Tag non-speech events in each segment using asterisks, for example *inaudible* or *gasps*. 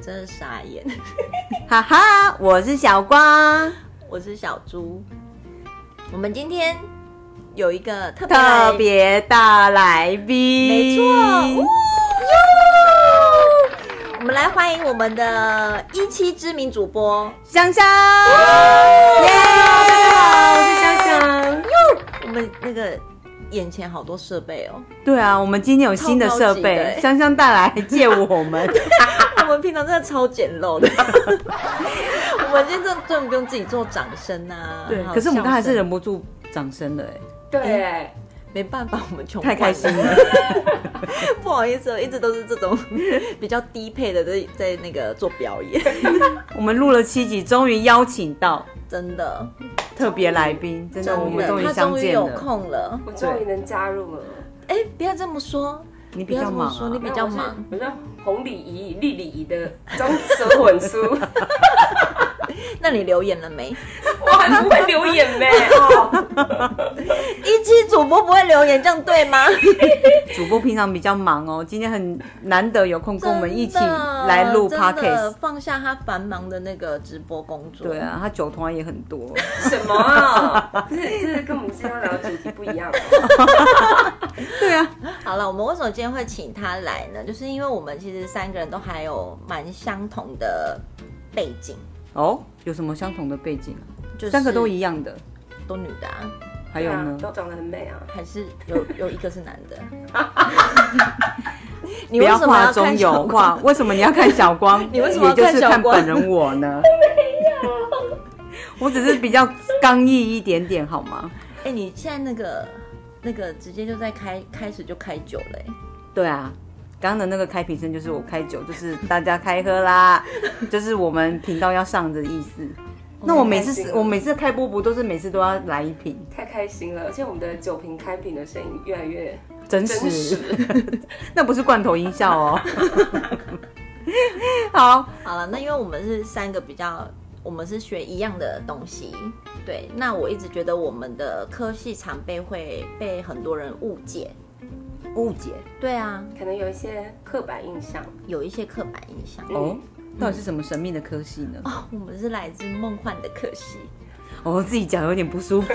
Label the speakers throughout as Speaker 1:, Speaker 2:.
Speaker 1: 真的傻眼。
Speaker 2: 哈哈，我是小瓜，
Speaker 1: 我是小猪。我们今天有一个特别来
Speaker 2: 特别大来宾，
Speaker 1: 没错，哇我们来欢迎我们的一期知名主播。
Speaker 2: 香香，耶，大家好，我是香香。
Speaker 1: 我们那个眼前好多设备哦，
Speaker 2: 对啊，我们今天有新的设
Speaker 1: 超高级的
Speaker 2: 备
Speaker 1: 欸，
Speaker 2: 香香带来借我
Speaker 1: *laughs*
Speaker 2: 们。
Speaker 1: 我们平常真的超简陋的。我们今天真的真的不用自己做掌声啊。
Speaker 2: 对
Speaker 1: 还，有
Speaker 2: 可是我们刚才
Speaker 1: 笑
Speaker 2: 是
Speaker 1: 声
Speaker 2: 忍不住掌声的，哎，
Speaker 3: 对，
Speaker 1: 没办法，我们穷
Speaker 2: 太开心
Speaker 1: 惯
Speaker 2: 了。
Speaker 1: 了， *laughs* 不好意思哦，一直都是这
Speaker 2: *laughs*
Speaker 1: 种比较低配的在在那个做表演，
Speaker 2: *laughs* 我们录了七集，终于邀请到
Speaker 1: 真的，
Speaker 2: 特别
Speaker 1: *laughs*
Speaker 2: 来宾，真的，
Speaker 1: 真
Speaker 2: 我们终于
Speaker 1: 他
Speaker 2: 相
Speaker 1: 终于
Speaker 2: 见
Speaker 1: 有
Speaker 2: 了。
Speaker 1: 空了。
Speaker 3: 我终于能加入了。
Speaker 1: 哎，不要这么说，
Speaker 2: 你
Speaker 1: 不
Speaker 2: 比
Speaker 1: 要这
Speaker 2: 较
Speaker 1: 么
Speaker 2: 忙
Speaker 1: 说，
Speaker 2: 啊
Speaker 1: 你，比较忙。
Speaker 3: 我是我是红礼仪、绿礼仪的中蛇混 *laughs* 书，
Speaker 1: 那你留言了没？ *laughs*
Speaker 3: 我还不会留言呗。哦，
Speaker 1: 一期主播不会留言，这样对吗？
Speaker 2: 主播平常比较忙哦，今天很难得有空跟 *laughs* 我们一起
Speaker 1: 真的
Speaker 2: 来录
Speaker 1: 真的
Speaker 2: podcast。
Speaker 1: 放下他繁忙的那个直播工作。
Speaker 2: 对，啊，他酒团也很多，
Speaker 3: *laughs* 什么啊？这这跟我们今天要聊的主题不一样哦。
Speaker 1: 好了，我们为什么今天会请他来呢？就是因为我们其实三个人都还有蛮相同的背景，
Speaker 2: 哦，有什么相同的背景啊？
Speaker 1: 就是
Speaker 2: 三个都一样的，
Speaker 1: 都女的啊，
Speaker 2: 还有
Speaker 3: 对
Speaker 2: 呢
Speaker 3: 啊？都长得很美啊。
Speaker 1: 还是有有一个是男 *laughs* 的。你
Speaker 2: 不
Speaker 1: 为
Speaker 2: 要
Speaker 1: 什么
Speaker 2: 话
Speaker 1: 要
Speaker 2: 中
Speaker 1: 看小
Speaker 2: 有话，为什么你要看小光？
Speaker 1: *laughs* 你为什么要
Speaker 2: 也就
Speaker 1: 看
Speaker 2: 是
Speaker 1: 小
Speaker 2: 看
Speaker 1: 光
Speaker 2: 本人我
Speaker 1: *laughs*
Speaker 2: 呢？ *laughs* 我只是比较刚毅一点点，好吗？
Speaker 1: 哎、你现在那个那个直接就在开开始就开酒了、欸，
Speaker 2: 对啊，刚刚的那个开瓶声就是我开酒，就是大家开喝
Speaker 1: *laughs*
Speaker 2: 啦，就是我们频道要上的意思。那我每
Speaker 3: 开心
Speaker 2: 次
Speaker 3: 了
Speaker 2: 我每次开播不都是每次都要来一瓶，
Speaker 3: 太开心了，而且我们的酒瓶开瓶的声音越来越……
Speaker 2: 真
Speaker 3: 真
Speaker 2: 实， *laughs* 那不是罐头音效哦。 *laughs* 好，
Speaker 1: 好了，那因为我们是三个比较，我们是学一样的东西，对。那我一直觉得我们的科系常备会被很多人误解，
Speaker 2: 误解
Speaker 1: 对啊，
Speaker 3: 可能有一些刻板印象。嗯
Speaker 1: 有一些刻板印象。
Speaker 2: 哦，
Speaker 1: 嗯
Speaker 2: 到底是什么神秘的科系呢？哦
Speaker 1: 哦，我们是来自梦幻的科系。
Speaker 2: 我自己讲有点不舒服。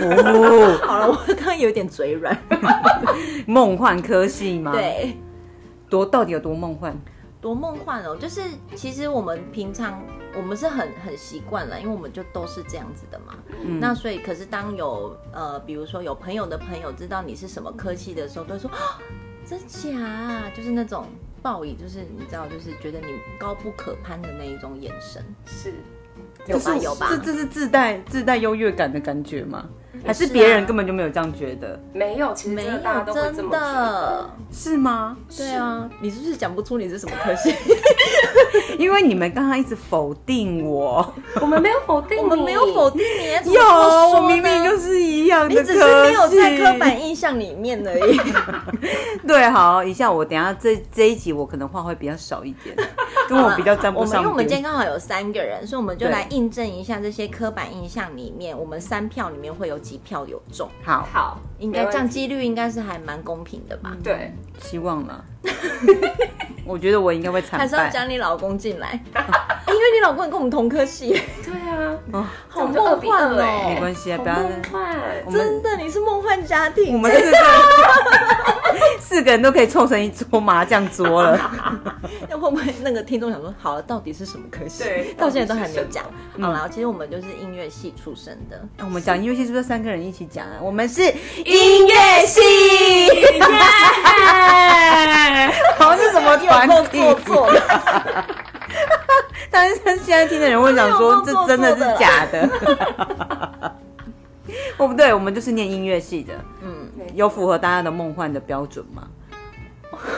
Speaker 1: 好了，我刚刚有点嘴软。
Speaker 2: 梦幻科系吗？，
Speaker 1: 对，
Speaker 2: 多到底有多梦幻？
Speaker 1: 多梦幻哦！就是其实我们平常我们是很很习惯了，因为我们就都是这样子的嘛。
Speaker 2: 嗯
Speaker 1: 那所以，可是当有呃，比如说有朋友的朋友知道你是什么科系的时候，都会说、 *gasps* 啊真假、啊，就是那种报以，就是你知道，就是觉得你高不可攀的那一种眼神。
Speaker 3: 是，
Speaker 1: 有吧
Speaker 2: 这是
Speaker 1: 有吧
Speaker 2: 这这是自带自带优越感的感觉吗？还是
Speaker 1: 是啊
Speaker 2: 别人根本就没有这样觉得？
Speaker 3: 没有，其实
Speaker 1: 没
Speaker 3: 真的
Speaker 1: 有
Speaker 3: 大家都会这
Speaker 1: 真
Speaker 3: 么觉得。
Speaker 1: 的，
Speaker 2: 是吗？
Speaker 1: 对啊，你是不是讲不出你是什么科系？
Speaker 2: 因为你们刚刚一直否定我，
Speaker 3: 我们没有否定你，
Speaker 1: *laughs* 我们没有否定你啊，怎么
Speaker 2: 有，
Speaker 1: 这么说
Speaker 2: 我
Speaker 1: 呢
Speaker 2: 明明就是一样
Speaker 1: 你
Speaker 2: 的科
Speaker 1: 只是没有在
Speaker 2: 系
Speaker 1: 刻板印象里面而已。
Speaker 2: 对，好，一下我等一下这这一集我可能话会比较少一
Speaker 1: *laughs*
Speaker 2: 点，因为我比较沾不
Speaker 1: 我们因
Speaker 2: 上
Speaker 1: 为我们今天
Speaker 2: 边
Speaker 1: 刚好有三个人，所以我们就
Speaker 2: 对
Speaker 1: 来印证一下这些刻板印象里面，我们三票里面会有几票有中，
Speaker 2: 好，
Speaker 3: 好，
Speaker 1: 应该
Speaker 3: 没问
Speaker 1: 这样
Speaker 3: 题
Speaker 1: 几率应该是还蛮公平的
Speaker 2: 嗯
Speaker 1: 吧？
Speaker 3: 对。
Speaker 2: 希望了。 *laughs* 我觉得我应该会惨
Speaker 1: 还是要
Speaker 2: 败。
Speaker 1: 加你老公进
Speaker 2: *laughs*
Speaker 1: 来，因为你老公也跟我们同科系，
Speaker 3: 对啊，
Speaker 2: 哦
Speaker 1: 好梦幻
Speaker 3: 这样就二比二欸
Speaker 2: 没
Speaker 1: 哦！
Speaker 2: 关系啊，
Speaker 3: 好
Speaker 2: 不要。
Speaker 3: 梦幻
Speaker 2: *laughs* *laughs* 我。们
Speaker 1: 真的，你是梦幻家庭，
Speaker 2: 我们四个 *laughs* 四个人都可以凑成一桌麻将桌了。 *laughs*
Speaker 1: 会不会那个听众想说，好了，到底是什么科系
Speaker 3: 对？
Speaker 1: 到现在都还没有讲
Speaker 3: 到。
Speaker 1: 好
Speaker 2: 嗯
Speaker 1: 了，其实我们就是音乐系出身的，
Speaker 2: 我们讲音乐系是不是三个人一起讲啊？我们是
Speaker 3: 音乐系，
Speaker 2: *laughs* 好像是什么
Speaker 1: 有
Speaker 2: 团
Speaker 1: 够
Speaker 2: 体？
Speaker 1: 做作的。
Speaker 2: 但是现在听的人会想说，这真的是假的。 *laughs* 我不对，我们就是念音乐系的，
Speaker 1: 嗯，
Speaker 2: 有符合大家的梦幻的标准吗？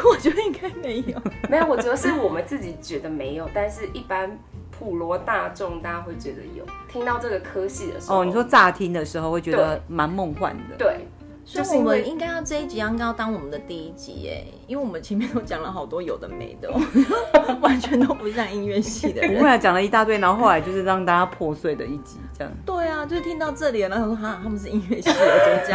Speaker 1: 我觉得应该没有。
Speaker 3: 没有，我觉得是我们自己觉得没有，但是一般普罗大众大家会觉得有。听到这个科系的时候，
Speaker 2: 哦，你说乍听的时候会觉得蛮梦幻的。
Speaker 3: 对，
Speaker 1: 所
Speaker 3: 就
Speaker 1: 以
Speaker 3: 是
Speaker 1: 我
Speaker 3: 因
Speaker 1: 们
Speaker 3: 为
Speaker 1: 应该要这一集要应该要当我们的第一集哎，因为我们前面都讲了好多有的没的、 *laughs* 哦，完全都不像音乐系的
Speaker 2: 不会
Speaker 1: 人。
Speaker 2: 啊，讲了一大堆，然后后来就是让大家破碎的一集这样。
Speaker 1: *laughs* 对啊，就是听到这里了，然后想说哈，他们是音乐系的，怎么这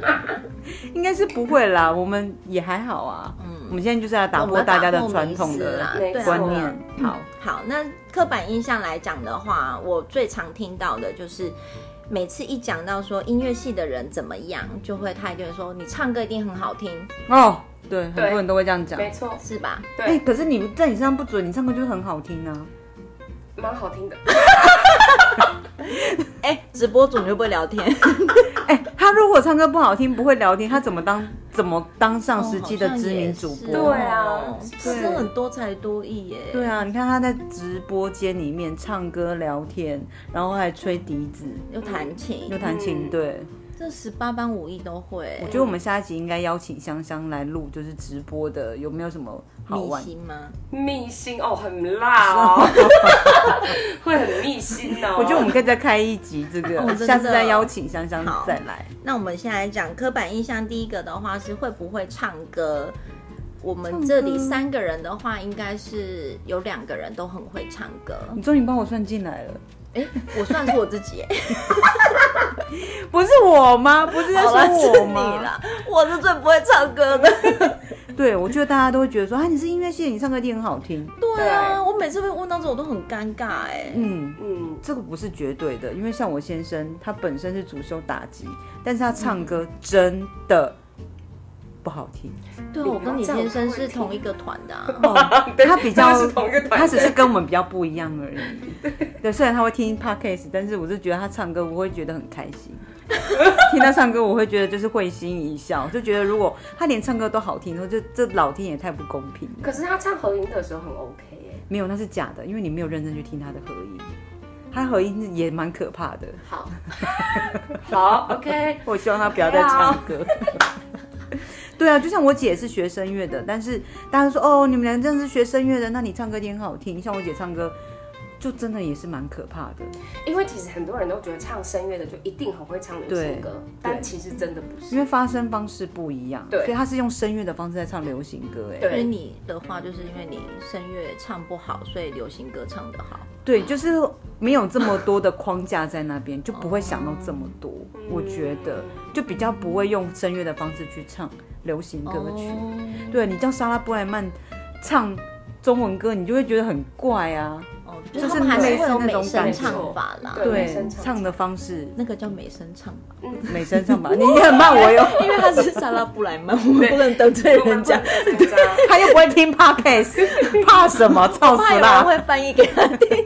Speaker 1: 样？ *laughs*
Speaker 2: 应该是不会啦，我们也还好啊。嗯，们现在就是要打
Speaker 1: 我
Speaker 2: 破
Speaker 1: 们
Speaker 2: 大家
Speaker 1: 打
Speaker 2: 的
Speaker 1: 破
Speaker 2: 传
Speaker 1: 迷
Speaker 2: 统
Speaker 1: 思
Speaker 2: 的
Speaker 1: 啦
Speaker 3: 没
Speaker 1: 对啊
Speaker 2: 观
Speaker 3: 错嗯啦
Speaker 2: 念。好，
Speaker 1: 好，那刻板印象来讲的话，我最常听到的就是。每次一讲到说音乐系的人怎么样，就会太多人说你唱歌一定很好听，
Speaker 2: 哦，对，很
Speaker 3: 对
Speaker 2: 多人都会这样讲。
Speaker 3: 没错，
Speaker 1: 是吧？
Speaker 2: 哎、可是你在你身上不准，你唱歌就是很好听啊。
Speaker 3: 蛮
Speaker 2: *laughs*
Speaker 3: 好听的。
Speaker 1: 哎、直播主你会不会聊天？
Speaker 2: 哎、他如果唱歌不好听，不会聊天，他怎么当怎么 *laughs* 当上
Speaker 1: 哦
Speaker 2: 实际的知名主播？
Speaker 3: 对啊
Speaker 1: 真的很多才多艺耶。
Speaker 2: 对啊，你看他在直播间里面唱歌聊天，然后还吹笛子，
Speaker 1: 又弹琴
Speaker 2: 又，弹琴。
Speaker 3: 嗯
Speaker 2: 对，
Speaker 1: 这十八般武艺都会。
Speaker 2: 我觉得我们下一集应该邀请香香来录，就是直播的，有没有什么好
Speaker 1: 明
Speaker 2: 玩？
Speaker 1: 星吗？
Speaker 3: 密心哦，很辣哦，
Speaker 2: *laughs*
Speaker 3: 会很密心哦。
Speaker 2: 我觉得我们可以再开一集这
Speaker 1: *laughs* 哦
Speaker 2: 个，
Speaker 1: 真的
Speaker 2: 下次再邀请香香
Speaker 1: 好
Speaker 2: 再来。
Speaker 1: 那我们先来讲刻板印象，第一个的话是会不会唱歌。我
Speaker 2: 唱
Speaker 1: 们
Speaker 2: 歌
Speaker 1: 这里三个人的话，应该是有两个人都很会唱歌。
Speaker 2: 你终于帮我算进来了，
Speaker 1: 哎，我算是我自己耶，
Speaker 2: 不是我吗？不是在
Speaker 1: 好啦是
Speaker 2: 说我
Speaker 1: 你
Speaker 2: 吗？
Speaker 1: 啦，我是最不会唱歌的。
Speaker 2: 对，我觉得大家都会觉得说，啊，你是音乐系的，你唱歌一定很好听。
Speaker 1: 对啊，我每次被问到这，我都很尴尬哎。
Speaker 2: 嗯，
Speaker 3: 嗯，
Speaker 2: 这个不是绝对的，因为像我先生，他本身是主修打击，但是他唱歌真的不好听，
Speaker 1: 对啊，
Speaker 3: 你不
Speaker 1: 我跟
Speaker 3: 要
Speaker 1: 你
Speaker 3: 这样
Speaker 1: 先生
Speaker 3: 我不会
Speaker 1: 是
Speaker 3: 听
Speaker 1: 同一个团的啊。
Speaker 3: *laughs* 对
Speaker 2: 他比较
Speaker 3: 们是同一个团队，
Speaker 2: 他只是跟我们比较不一样而已。对，虽然他会听 podcast，但是我是觉得他唱歌，我会觉得很开心。 *laughs* 听他唱歌，我会觉得就是会心一笑，就觉得如果他连唱歌都好听，然后就这老天也太不公平了。
Speaker 3: 可是他唱合音的时候很 OK 欸耶。
Speaker 2: 没有，那是假的，因为你没有认真去听他的合音，他合音也蛮可怕的。 *laughs*
Speaker 3: 好，好，OK，
Speaker 2: 我希望他不要再唱歌。 *laughs* 对啊，就像我姐也是学声乐的，但是大家都说哦，你们俩真的是学声乐的，那你唱歌一定很好听。像我姐唱歌，就真的也是蛮可怕的。
Speaker 3: 因为其实很多人都觉得唱声乐的就一定很会唱流行歌，但其实真的不
Speaker 2: 因
Speaker 3: 是。
Speaker 2: 为发声方式不一样，
Speaker 3: 对
Speaker 2: 所以他是用声乐的方式在唱流行歌，哎，
Speaker 3: 对
Speaker 1: 所以你的话，就是因为你声乐唱不好，所以流行歌唱得好。
Speaker 2: 对，就是没有这么多的框架在那边，就不会想到这么多。我觉得就比较不会用声乐的方式去唱流行歌曲。
Speaker 1: 哦
Speaker 2: 对你叫莎拉布莱曼唱中文歌，你就会觉得很怪啊。
Speaker 1: 哦，
Speaker 2: 就
Speaker 1: 就是
Speaker 2: 是
Speaker 1: 他们还是
Speaker 2: 类似
Speaker 1: 会有
Speaker 2: 那
Speaker 1: 美
Speaker 2: 种
Speaker 1: 声
Speaker 2: 感觉
Speaker 1: 唱法啦，
Speaker 3: 对美
Speaker 2: 对
Speaker 3: 声，唱
Speaker 2: 唱的方式，
Speaker 1: 那个叫美声唱法，
Speaker 2: 美声唱吧， *laughs* 你也很骂我哟。
Speaker 1: *laughs* 因为他是莎拉布莱 *laughs* 曼，我们不能得罪人 *laughs* 家，
Speaker 2: *laughs*
Speaker 3: 人家，
Speaker 2: 他又不会听 podcast，怕什么？操
Speaker 1: 怕
Speaker 2: 死
Speaker 1: 有
Speaker 2: 啦！
Speaker 1: 人会翻译给他听。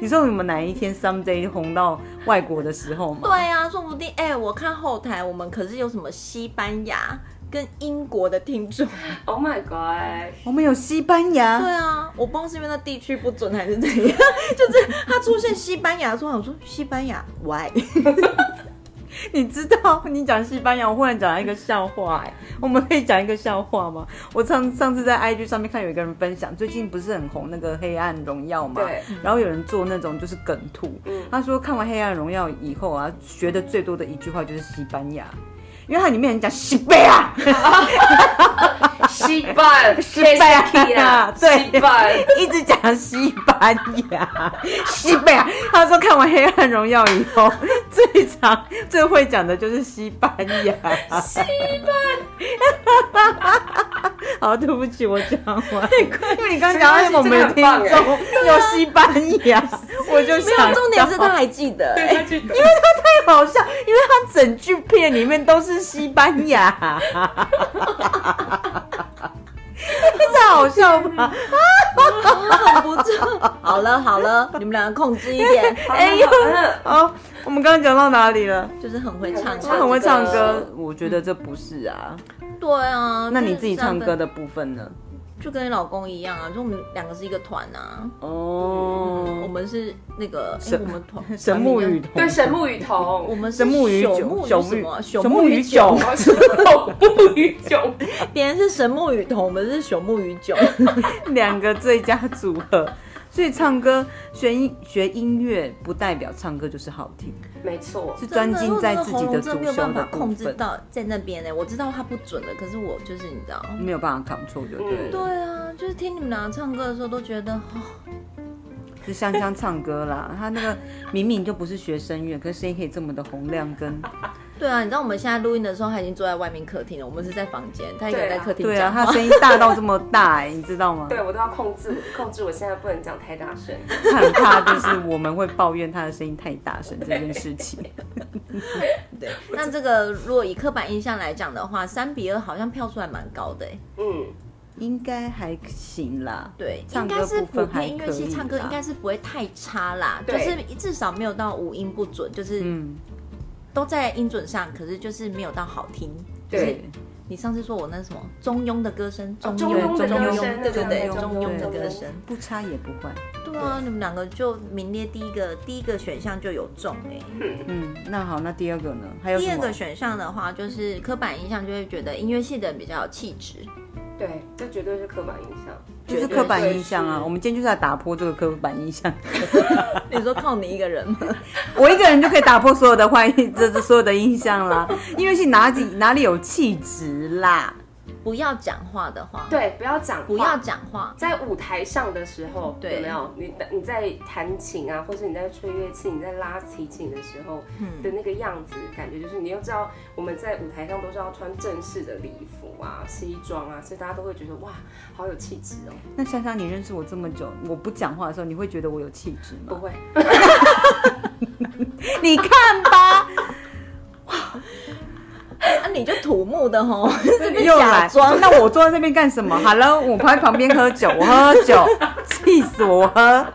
Speaker 2: 你说你们哪一天 someday 红到外国的时候吗？
Speaker 1: 对啊，说不定哎，我看后台我们可是有什么西班牙跟英国的听众。
Speaker 3: ，Oh my God，
Speaker 2: 我们有西班
Speaker 1: 对
Speaker 2: 牙，
Speaker 1: 啊，我不知道是因为那地区不准还是怎样， *laughs* 就是他出现西班牙的时候，我说西班牙 *laughs* why？
Speaker 2: *laughs* 你知道？你讲西班牙，我忽然讲到一个笑话、哎，我们可以讲一个笑话吗？我上上次在 IG 上面看有一个人分享，最近不是很红那个《黑暗荣耀》嘛，
Speaker 3: 对，
Speaker 2: 然后有人做那种就是梗图，他说看完《黑暗荣耀》以后啊，学的最多的一句话就是西班牙。因为它里面人讲西班牙，
Speaker 3: 西班，西
Speaker 2: 班牙啊对
Speaker 3: 西班，
Speaker 2: *laughs* 一直讲西班牙，西班牙。他说看完《黑暗荣耀》以后，最常最会讲的就是西班牙。
Speaker 3: 西班，
Speaker 2: *laughs* 好，对不起，我讲
Speaker 1: *laughs*
Speaker 2: 完。因为你刚刚讲
Speaker 3: 没关系
Speaker 2: 到我们的
Speaker 3: 这
Speaker 2: 听
Speaker 3: 个很棒
Speaker 2: 众有欸西班牙，我就
Speaker 1: 没
Speaker 2: 想
Speaker 1: 有，啊重点是他
Speaker 2: 到
Speaker 1: 还记得、哎
Speaker 3: 对，因为
Speaker 2: 太好笑，因为他整句片里面都是西班牙，
Speaker 1: *laughs*
Speaker 2: *laughs* 太好笑吧？
Speaker 1: 很不错。 *laughs* 好了好了，你们两个控制一 *laughs* 点，
Speaker 3: 哎呦，嗯
Speaker 2: 哦，我们刚刚讲到哪里了？
Speaker 1: 就是很会唱
Speaker 2: 他
Speaker 1: 歌。
Speaker 2: 很会唱
Speaker 3: 这个
Speaker 2: 歌，嗯哦我觉得这不是啊。
Speaker 1: 对啊，
Speaker 2: 那你自己唱歌
Speaker 1: 的
Speaker 2: 的部分呢？
Speaker 1: 就跟你老公一样啊，就我们两个是一个团啊，我
Speaker 2: 哦，
Speaker 1: 们是那个哎
Speaker 2: 神
Speaker 1: 我们团
Speaker 2: *laughs* 神木与
Speaker 1: 团名叫
Speaker 2: 瞳，
Speaker 3: 对，神木与
Speaker 1: 我
Speaker 3: 瞳，
Speaker 1: 们是
Speaker 2: 神木与
Speaker 1: 朽
Speaker 2: 酒，
Speaker 1: 木与什么？啊
Speaker 2: 朽
Speaker 1: 朽
Speaker 2: 木
Speaker 1: 木
Speaker 2: 与
Speaker 1: 与
Speaker 2: 酒
Speaker 1: 酒，，
Speaker 3: 神木与瞳，
Speaker 1: 别人是神木与瞳，我们是朽木与
Speaker 2: *laughs*
Speaker 1: 酒。
Speaker 2: 两个最佳组合。所以唱歌学音学音乐，不代表唱歌就是好听，
Speaker 3: 没错，
Speaker 2: 是专精在自己
Speaker 1: 真的因为我
Speaker 2: 的
Speaker 1: 的喉咙真的
Speaker 2: 主
Speaker 1: 没有
Speaker 2: 修
Speaker 1: 办
Speaker 2: 的
Speaker 1: 法
Speaker 2: 部
Speaker 1: 控制
Speaker 2: 分，
Speaker 1: 到在那边呢、我知道它不准的，可是我就是你知道，
Speaker 2: 没有办法 control 就对了。
Speaker 3: 嗯
Speaker 1: 对啊，就是听你们俩唱歌的时候都觉得哦，
Speaker 2: 就香 *laughs* 香唱歌啦，她那个明明就不是学声乐，可是声音可以这么的洪亮跟
Speaker 1: 对啊，你知道我们现在录音的时候，他已经坐在外面客厅了，我们是在房间，他一个人在客厅
Speaker 2: 对啊，
Speaker 1: 讲话。
Speaker 2: 他声音大到这么大、哎，你知道吗？
Speaker 3: 对我都要控制，控制我现在不能讲太大声。
Speaker 2: 他很怕就是我们会抱怨他的声音太大声这件事情。
Speaker 1: 对， *laughs* 那这个如果以刻板印象来讲的话，三比二好像票数还蛮高的、欸，
Speaker 3: 嗯，
Speaker 2: 应该还行啦。
Speaker 1: 对，应
Speaker 2: 唱歌
Speaker 1: 该是
Speaker 2: 部
Speaker 1: 普
Speaker 2: 分还
Speaker 1: 遍音乐系
Speaker 2: 可以
Speaker 1: 唱歌
Speaker 2: 啦
Speaker 1: 应该是不会太差啦，就
Speaker 3: 对
Speaker 1: 是至少没有到五音不准，就是
Speaker 2: 嗯，
Speaker 1: 都在音准上，可是就是没有到好听。
Speaker 3: 对，
Speaker 1: 你上次说我那什么中庸的歌声，中
Speaker 3: 中
Speaker 2: 哦庸的
Speaker 1: 中
Speaker 2: 歌
Speaker 1: 庸，
Speaker 2: 声
Speaker 1: 对对对，
Speaker 2: 中
Speaker 1: 中
Speaker 2: 庸
Speaker 1: 庸的
Speaker 2: 中
Speaker 1: 歌
Speaker 3: 庸
Speaker 1: 声。
Speaker 2: 不差也不坏。
Speaker 1: 对啊，你们两个就名列第一个第一个选项就有中哎、
Speaker 2: 嗯，那好，那第二个呢？还有
Speaker 1: 第
Speaker 2: 什
Speaker 1: 二
Speaker 2: 么
Speaker 1: 个？选项的话，就是刻板印象就会觉得音乐系的人比较有气质，
Speaker 3: 对，这绝对是刻板印象，
Speaker 2: 就是刻板印象啊，我们今天就是要打破这个刻板印象。 *laughs*
Speaker 1: 你说靠你一个人吗？
Speaker 2: 我一个人就可以打破所有的坏，这这所有的印象啦。 *laughs* 因为是哪里哪里有气质啦？
Speaker 1: 不要讲话的话，，
Speaker 3: 对，不要讲话，
Speaker 1: 不要讲话，
Speaker 3: 在舞台上的时候，
Speaker 2: 嗯
Speaker 1: 对
Speaker 3: 有没有你你在弹琴啊，或是你在吹乐器、你在拉提琴的时候
Speaker 2: 嗯
Speaker 3: 的那个样子，感觉就是你又知道我们在舞台上都是要穿正式的礼服啊、西装啊，所以大家都会觉得哇，好有气质哦。
Speaker 2: 那香香，你认识我这么久，我不讲话的时候，你会觉得我有气质 *laughs*
Speaker 3: 不
Speaker 2: 吗？
Speaker 3: 会，
Speaker 2: 你看吧，
Speaker 1: 啊，你就土木的吼，这边
Speaker 2: *laughs* 又来
Speaker 1: 假装。
Speaker 2: 那我坐在那边干什 *laughs* 么？好了，我趴在旁边喝酒，我喝酒，气死我！我喝。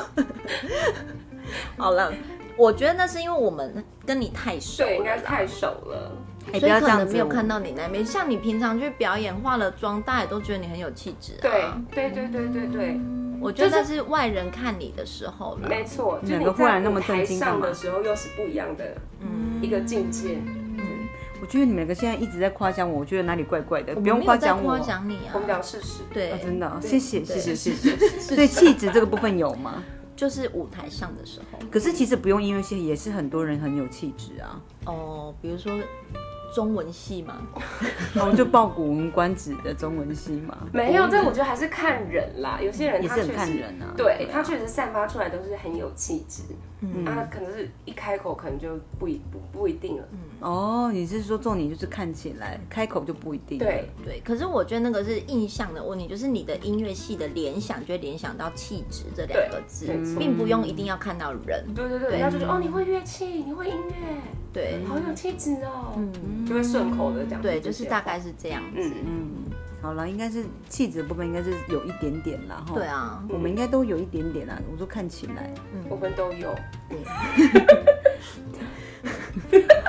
Speaker 1: *laughs* 好了，我觉得那是因为我们跟你太熟了啦，
Speaker 3: 对，应该太熟了。
Speaker 1: 所
Speaker 2: 哎不
Speaker 1: 以
Speaker 2: 要
Speaker 1: 可
Speaker 2: 这样
Speaker 1: 能
Speaker 2: 子
Speaker 1: 没有
Speaker 2: 我
Speaker 1: 看到你那边。像你平常去表演，化了妆，大家也都觉得你很有气质、啊。
Speaker 3: 对，
Speaker 2: 嗯
Speaker 3: 对对对对对，
Speaker 1: 我觉得是外人看你的时候了。
Speaker 3: 没错，就
Speaker 2: 两
Speaker 3: 你
Speaker 2: 个忽然
Speaker 3: 在
Speaker 2: 那么
Speaker 3: 舞台
Speaker 2: 震惊干嘛
Speaker 3: 上的时候又是不一样的
Speaker 1: 嗯
Speaker 3: 一个境界。
Speaker 2: 我觉得你们两个现在一直在夸奖我，我觉得哪里怪怪的，
Speaker 1: 我
Speaker 2: 不用
Speaker 1: 没有在
Speaker 2: 奖我
Speaker 1: 夸
Speaker 2: 哦。
Speaker 1: 奖你啊
Speaker 3: 我。们聊事实，
Speaker 1: 对
Speaker 2: 啊，真的哦，谢谢，谢
Speaker 1: 对
Speaker 2: 谢，谢 *laughs* 谢。所以气质这个部分有吗？
Speaker 1: 就是舞台上的时候
Speaker 2: 可是其实不用音乐系，也是很多人很有气质 *laughs* 啊。
Speaker 1: 哦，比如说中文系嘛，
Speaker 2: 哦，就报古文观止的中文系嘛。
Speaker 3: 没有，这我觉得还是看人啦。有些
Speaker 2: 嗯
Speaker 3: 人
Speaker 2: 也
Speaker 3: 他
Speaker 2: 是很
Speaker 3: 确
Speaker 2: 看
Speaker 3: 实
Speaker 2: 人啊
Speaker 3: 对
Speaker 2: 对啊嗯
Speaker 3: 他确实散发出来都是很有气质，啊，可能是一开口可能就不一不不一定了。
Speaker 2: 哦，你是说重点就是看起来，开口就不一定。
Speaker 3: 对，
Speaker 1: 对。可是我觉得那个是印象的问题，就是你的音乐系的联想就会联想到气质这两个字
Speaker 3: 对没，错
Speaker 1: 并不用一定要看到人。
Speaker 3: 对对对，人家就说哦，你会乐器，你会音乐，
Speaker 1: 对，
Speaker 2: 嗯
Speaker 3: 好有气质哦，
Speaker 1: 嗯，
Speaker 3: 就会顺口的讲出这些
Speaker 1: 对，
Speaker 3: 话。
Speaker 1: 就是大概是这样子。
Speaker 3: 嗯，
Speaker 2: 嗯，好了，应该是气质的部分应该是有一点点啦。哈
Speaker 1: 对，啊，
Speaker 2: 我们应该都有一点点啦。我说看起来，
Speaker 3: 我们都有。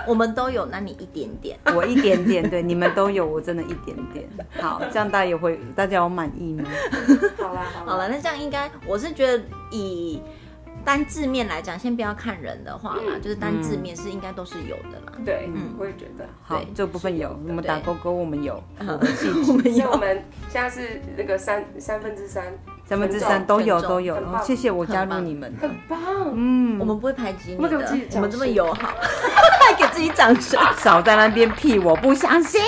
Speaker 1: 我们都有，那你一点点。
Speaker 2: 我一点点，对，你们都有，我真的一点点。好，这样大家也会，大家有满意吗？
Speaker 3: 好啦好啦，
Speaker 1: 好了，那这样应该，我是觉得以单字面来讲，先不要看人的话啦，
Speaker 3: 嗯
Speaker 1: 就是单字面是应该都是有的啦。
Speaker 3: 对，我也觉得。
Speaker 2: 嗯好
Speaker 1: 对，嗯
Speaker 2: 这部分有，我们打勾勾，我们有，
Speaker 1: 我 *laughs* 们
Speaker 3: 所以我
Speaker 1: 有，
Speaker 3: 们现在是那个三三分之三，
Speaker 2: 三分之
Speaker 3: 很
Speaker 2: 三
Speaker 3: 重
Speaker 2: 都有
Speaker 1: 很重
Speaker 2: 都有。
Speaker 3: 很
Speaker 2: 哦
Speaker 3: 棒
Speaker 2: 谢谢我加入
Speaker 1: 棒
Speaker 2: 你们了
Speaker 3: 很。棒。
Speaker 2: 嗯，
Speaker 1: 我们不会排挤你
Speaker 3: 我们怎么
Speaker 1: 的
Speaker 3: 自己，
Speaker 1: 我
Speaker 3: 讲
Speaker 1: 们这么友好，还给自己掌声。
Speaker 2: *laughs* 少在那边屁，我不
Speaker 1: *laughs*
Speaker 2: 相信。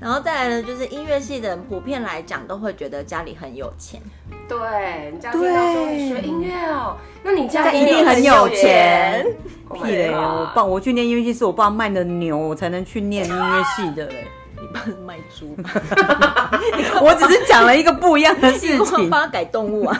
Speaker 1: 然后再来呢，就是音乐系的人普遍来讲都会觉得家里很有钱，
Speaker 3: 对，你家听到说你学音乐哦，那你家
Speaker 2: 一定很有钱。
Speaker 3: Oh my
Speaker 2: 屁嘞！
Speaker 3: God
Speaker 1: 啊
Speaker 2: 我爸我去念音乐系是我爸卖的牛，我才能去念音乐系的嘞。
Speaker 1: 你爸是卖猪吧，
Speaker 2: 我只是讲了一个不一样的
Speaker 1: 你
Speaker 2: 事
Speaker 1: 帮 *laughs*
Speaker 2: 情，
Speaker 1: 帮他改动物啊！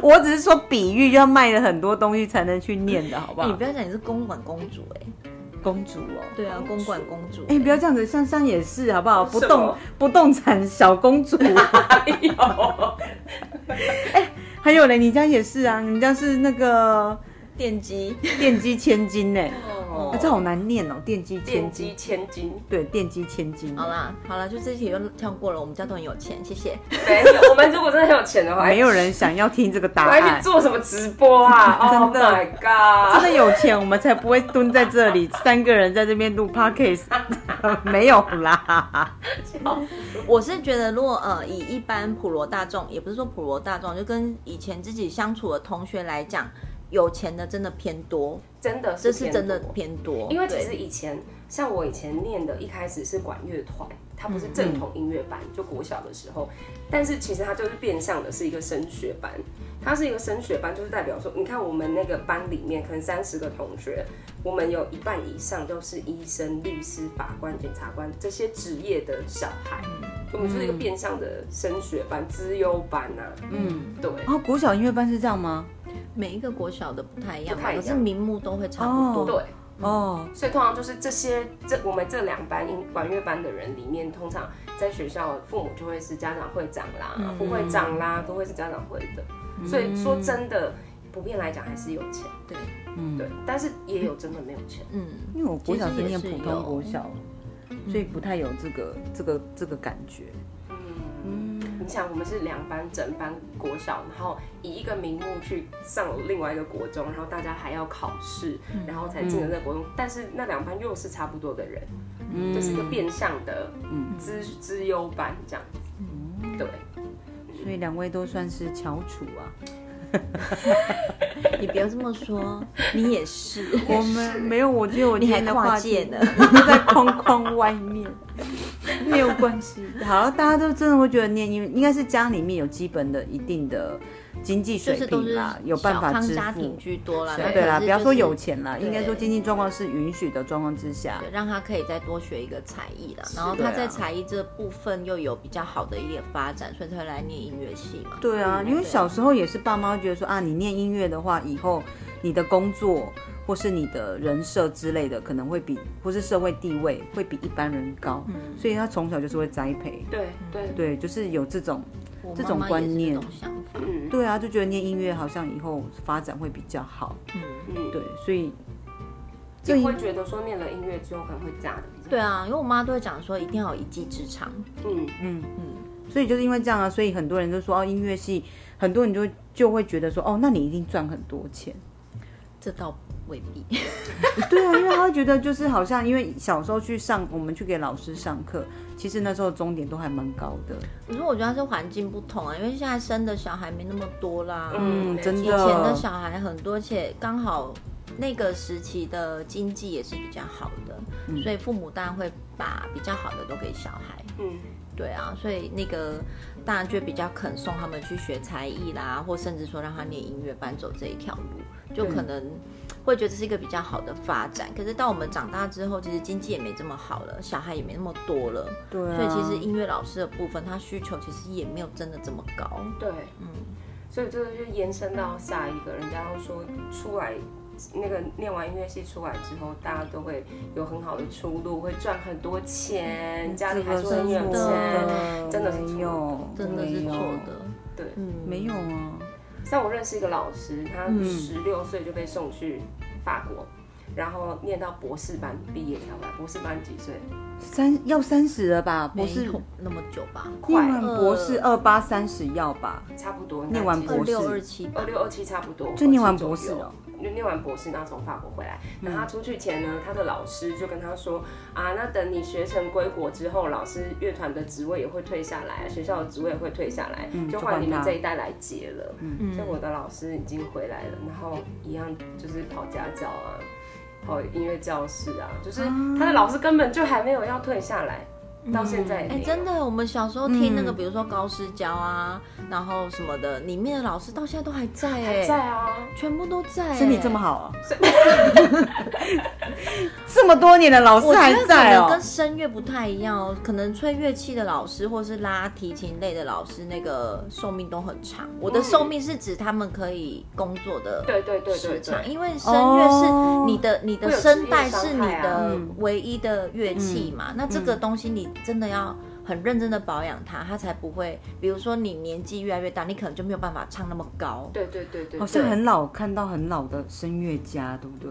Speaker 2: 我只是说比喻，要卖了很多东西才能去念的，欸好不
Speaker 1: 你
Speaker 2: 好
Speaker 1: 不？要讲你是公馆公主哎、
Speaker 2: 公主哦。
Speaker 1: 对啊，公馆公主、
Speaker 2: 欸哎、不要这样子，香香也是，好哦不好？不
Speaker 3: 什
Speaker 2: 动
Speaker 3: 么
Speaker 2: 不动产小公 *laughs* 主，
Speaker 3: 哎 *laughs*
Speaker 2: 哦
Speaker 3: 呦，
Speaker 2: 还有嘞，你家也是啊，你们家是那个
Speaker 1: 电
Speaker 2: *laughs*
Speaker 1: 击，
Speaker 2: 电击千金呢、啊
Speaker 3: 哦
Speaker 2: 这好难念哦，电击千
Speaker 3: 电
Speaker 2: 金，
Speaker 3: 击千金，
Speaker 2: 对，电击千金。
Speaker 1: 好啦好啦，就这题就跳过了，我们家都很有钱，谢谢。
Speaker 3: 没有。我们如果真的很有钱的话，
Speaker 2: 没有人想要听这个答
Speaker 3: 我还去
Speaker 2: 案。
Speaker 3: 做什么直播啊？Oh
Speaker 2: *laughs* 真的
Speaker 3: my god！
Speaker 2: 真的有钱，我们才不会蹲在这里，三个人在这边录 *laughs* podcast。没有啦，
Speaker 1: 我是觉得，如果呃以一般普罗大众，也不是说普罗大众，就跟以前自己相处的同学来讲，有钱的真的偏多，
Speaker 3: 真的
Speaker 1: 这
Speaker 3: 是
Speaker 1: 是
Speaker 3: 偏
Speaker 1: 真的
Speaker 3: 多
Speaker 1: 偏多，
Speaker 3: 因为其
Speaker 1: 对
Speaker 3: 实以前像我以前念的，一开始是管乐团，它不是正统音乐班，就国小的时候，但是其实它就是变相的是一个升学班，它是一个升学班，就是代表说，你看我们那个班里面可能三十个同学，我们有一半以上都是医生、律师、法官、检察官这些职业的小孩，我们就是一个变相的升学班、资优班啊，
Speaker 2: 嗯，
Speaker 3: 对。
Speaker 2: 然后国小音乐班是这样吗？
Speaker 1: 每一个国小的不太一样
Speaker 3: 不
Speaker 1: 嘛，
Speaker 3: 太一
Speaker 1: 可
Speaker 3: 样
Speaker 1: 是名目都会差不多。
Speaker 2: 哦
Speaker 3: 对，
Speaker 2: 哦，
Speaker 3: 所以通常就是这些，这我们这两班音管乐班的人里面，通常在学校父母就会是家长会长啦、副会长啦，都会是家长会的。所以说真的，普遍来讲还是有钱，
Speaker 1: 对
Speaker 2: 嗯，
Speaker 3: 对，但是也有真的没有钱。
Speaker 1: 嗯，
Speaker 2: 因为我国小是念
Speaker 1: 其实也
Speaker 2: 普
Speaker 1: 是
Speaker 2: 通
Speaker 1: 有嗯
Speaker 2: 国小，所以不太有这个这个这个感觉。
Speaker 3: 你想，我们是两班整班国小，然后以一个名目去上另外一个国中，然后大家还要考试，然后才进了这个国中。但是那两班又是差不多的人，
Speaker 2: 嗯
Speaker 3: 就是一个变相的资资优班这样子。对，
Speaker 2: 所以两位都算是翘楚啊。
Speaker 1: 你不要这么说， *laughs* 你也是，
Speaker 2: *laughs* 我们没有，我觉
Speaker 1: *laughs*
Speaker 2: 得我今
Speaker 1: 你还
Speaker 2: 天的
Speaker 1: 跨
Speaker 2: 话
Speaker 1: 界
Speaker 2: 题
Speaker 1: 呢。
Speaker 2: 都在框框外
Speaker 1: *laughs*
Speaker 2: 面，没有关系。好，大家都真的会觉得念音乐，应该是家里面有基本的一定的经济
Speaker 1: 就
Speaker 2: 水
Speaker 1: 是都
Speaker 2: 平
Speaker 1: 是
Speaker 2: 啦，有办
Speaker 1: 小
Speaker 2: 法
Speaker 1: 康
Speaker 2: 支
Speaker 1: 家
Speaker 2: 付
Speaker 1: 庭。居多啦，那
Speaker 2: 对啦，
Speaker 1: 可是
Speaker 2: 不要
Speaker 1: 就
Speaker 2: 说
Speaker 1: 是
Speaker 2: 有钱啦，应该说
Speaker 1: 对
Speaker 2: 经济状况是允许的状况之下
Speaker 1: 对，让他可以再多学一个才艺啦，然后
Speaker 2: 对啊
Speaker 1: 他在才艺这部分又有比较好的一点发展，所以才会来念音乐系嘛。
Speaker 2: 对啊，
Speaker 1: 嗯
Speaker 2: 因为小时候也是爸妈觉得说啊，你念音乐的话，以后你的工作或是你的人设之类的，可能会比或是社会地位会比一般人高，所以他从小就是会栽培。
Speaker 3: 对，嗯对，
Speaker 2: 对，就是有这种，
Speaker 1: 我
Speaker 2: 这
Speaker 1: 妈
Speaker 2: 种
Speaker 1: 妈也
Speaker 2: 观
Speaker 1: 是
Speaker 2: 念
Speaker 1: 这种想法，
Speaker 3: 嗯。
Speaker 2: 对啊，就觉得念音乐好像以后发展会比较好。
Speaker 1: 嗯，
Speaker 3: 嗯，
Speaker 2: 对，所以
Speaker 3: 就会觉得说念了音乐之后可能会嫁的比较，
Speaker 1: 对啊，因为我妈都会讲说一定要有一技之长，
Speaker 3: 嗯，
Speaker 2: 所以就是因为这样啊，所以很多人就说哦，音乐系，很多人就就会觉得说哦，那你一定赚很多钱。
Speaker 1: 这倒未必。
Speaker 2: 对啊，因为他会觉得就是好像因为小时候去上，我们去给老师上课，其实那时候钟点都还蛮高的。
Speaker 1: 可是我觉得是环境不同啊，因为现在生的小孩没那么多啦，
Speaker 3: 嗯
Speaker 2: 嗯，
Speaker 3: 对
Speaker 2: 真
Speaker 1: 以前的
Speaker 2: 的。
Speaker 1: 小孩很多，而且刚好那个时期的经济也是比较好的，
Speaker 2: 嗯
Speaker 1: 所以父母当然会把比较好的都给小孩。
Speaker 3: 嗯，
Speaker 1: 对啊，所以那个当然就比较肯送他们去学才艺啦，或甚至说让他念音乐班走这一条路，就
Speaker 2: 嗯
Speaker 1: 可能会觉得是一个比较好的发展。可是到我们长大之后，其实经济也没这么好了，小孩也没那么多了，
Speaker 2: 对啊，
Speaker 1: 所以其实音乐老师的部分，他需求其实也没有真的这么高。
Speaker 3: 对，嗯，所以这个就延伸到下一个，人家都说出来那个念完音乐系出来之后，大家都会有很好的出路，会赚很多钱，家里还是会很有
Speaker 1: 这个
Speaker 3: 钱
Speaker 1: 是，
Speaker 3: 真的是
Speaker 2: 没
Speaker 3: 错
Speaker 2: 有，
Speaker 1: 真的是
Speaker 2: 没有
Speaker 1: 错的，
Speaker 3: 对，
Speaker 1: 嗯，
Speaker 2: 没有啊。
Speaker 3: 像我认识一个老师，他
Speaker 2: 嗯
Speaker 3: 十六岁就被送去法国，然后念到博士班毕业才回来，博士班几岁？
Speaker 2: 三要三十了吧？博
Speaker 1: 没
Speaker 2: 士
Speaker 1: 有那么久吧，
Speaker 2: 念
Speaker 3: 快
Speaker 2: 完博士二八三十要吧？
Speaker 3: 差不多，
Speaker 2: 念完博士
Speaker 1: 二六二七吧
Speaker 3: 二。六二七差不多，
Speaker 2: 就念完博士嗯
Speaker 3: 左右
Speaker 2: 哦，
Speaker 3: 念完博士，然后从法国回来。然后他出去前呢，他的老师就跟他说啊，那等你学成归国之后，老师乐团的职位也会退下来，学校的职位也会退下来，就换
Speaker 2: 嗯就
Speaker 3: 你
Speaker 2: 换
Speaker 3: 们
Speaker 2: 他嗯
Speaker 3: 这一代来接了。
Speaker 1: 嗯
Speaker 3: 所以我的老师已经回来了，然后一样就是跑家教啊，跑音乐教室啊，就是他的老师根本就还没有要退下来，到现在也
Speaker 1: 哎、
Speaker 3: 没有
Speaker 1: 真的，我们小时候听那个，
Speaker 2: 嗯
Speaker 1: 比如说高师教啊，然后什么的，里面的老师到现在都还在、哎，
Speaker 3: 还在啊，
Speaker 1: 全部都在、欸
Speaker 2: 身体这么
Speaker 1: 好，
Speaker 2: 好啊？ *laughs* 这么多年的老
Speaker 1: 我
Speaker 2: 师
Speaker 1: 觉
Speaker 2: 还
Speaker 1: 得可
Speaker 2: 在
Speaker 1: 能
Speaker 2: 哦
Speaker 1: 跟。声乐不太一样哦，可能吹乐器的老师或是拉提琴类的老师，那个寿命都很长。我的寿命是指他们可以工作的
Speaker 3: 对对对对
Speaker 1: 时
Speaker 3: 对
Speaker 1: 长，。因为声乐是你的、你的
Speaker 3: 会有
Speaker 1: 声带
Speaker 3: 职业
Speaker 1: 是
Speaker 3: 伤
Speaker 1: 你
Speaker 3: 害啊
Speaker 1: 的
Speaker 2: 嗯
Speaker 1: 唯一的乐器嘛，那这个东西你真的要。很认真的保养它，它才不会。比如说你年纪越来越大，你可能就没有办法唱那么高。
Speaker 3: 对对对对，
Speaker 2: 好像哦很老，看到很老的声乐家，对不对？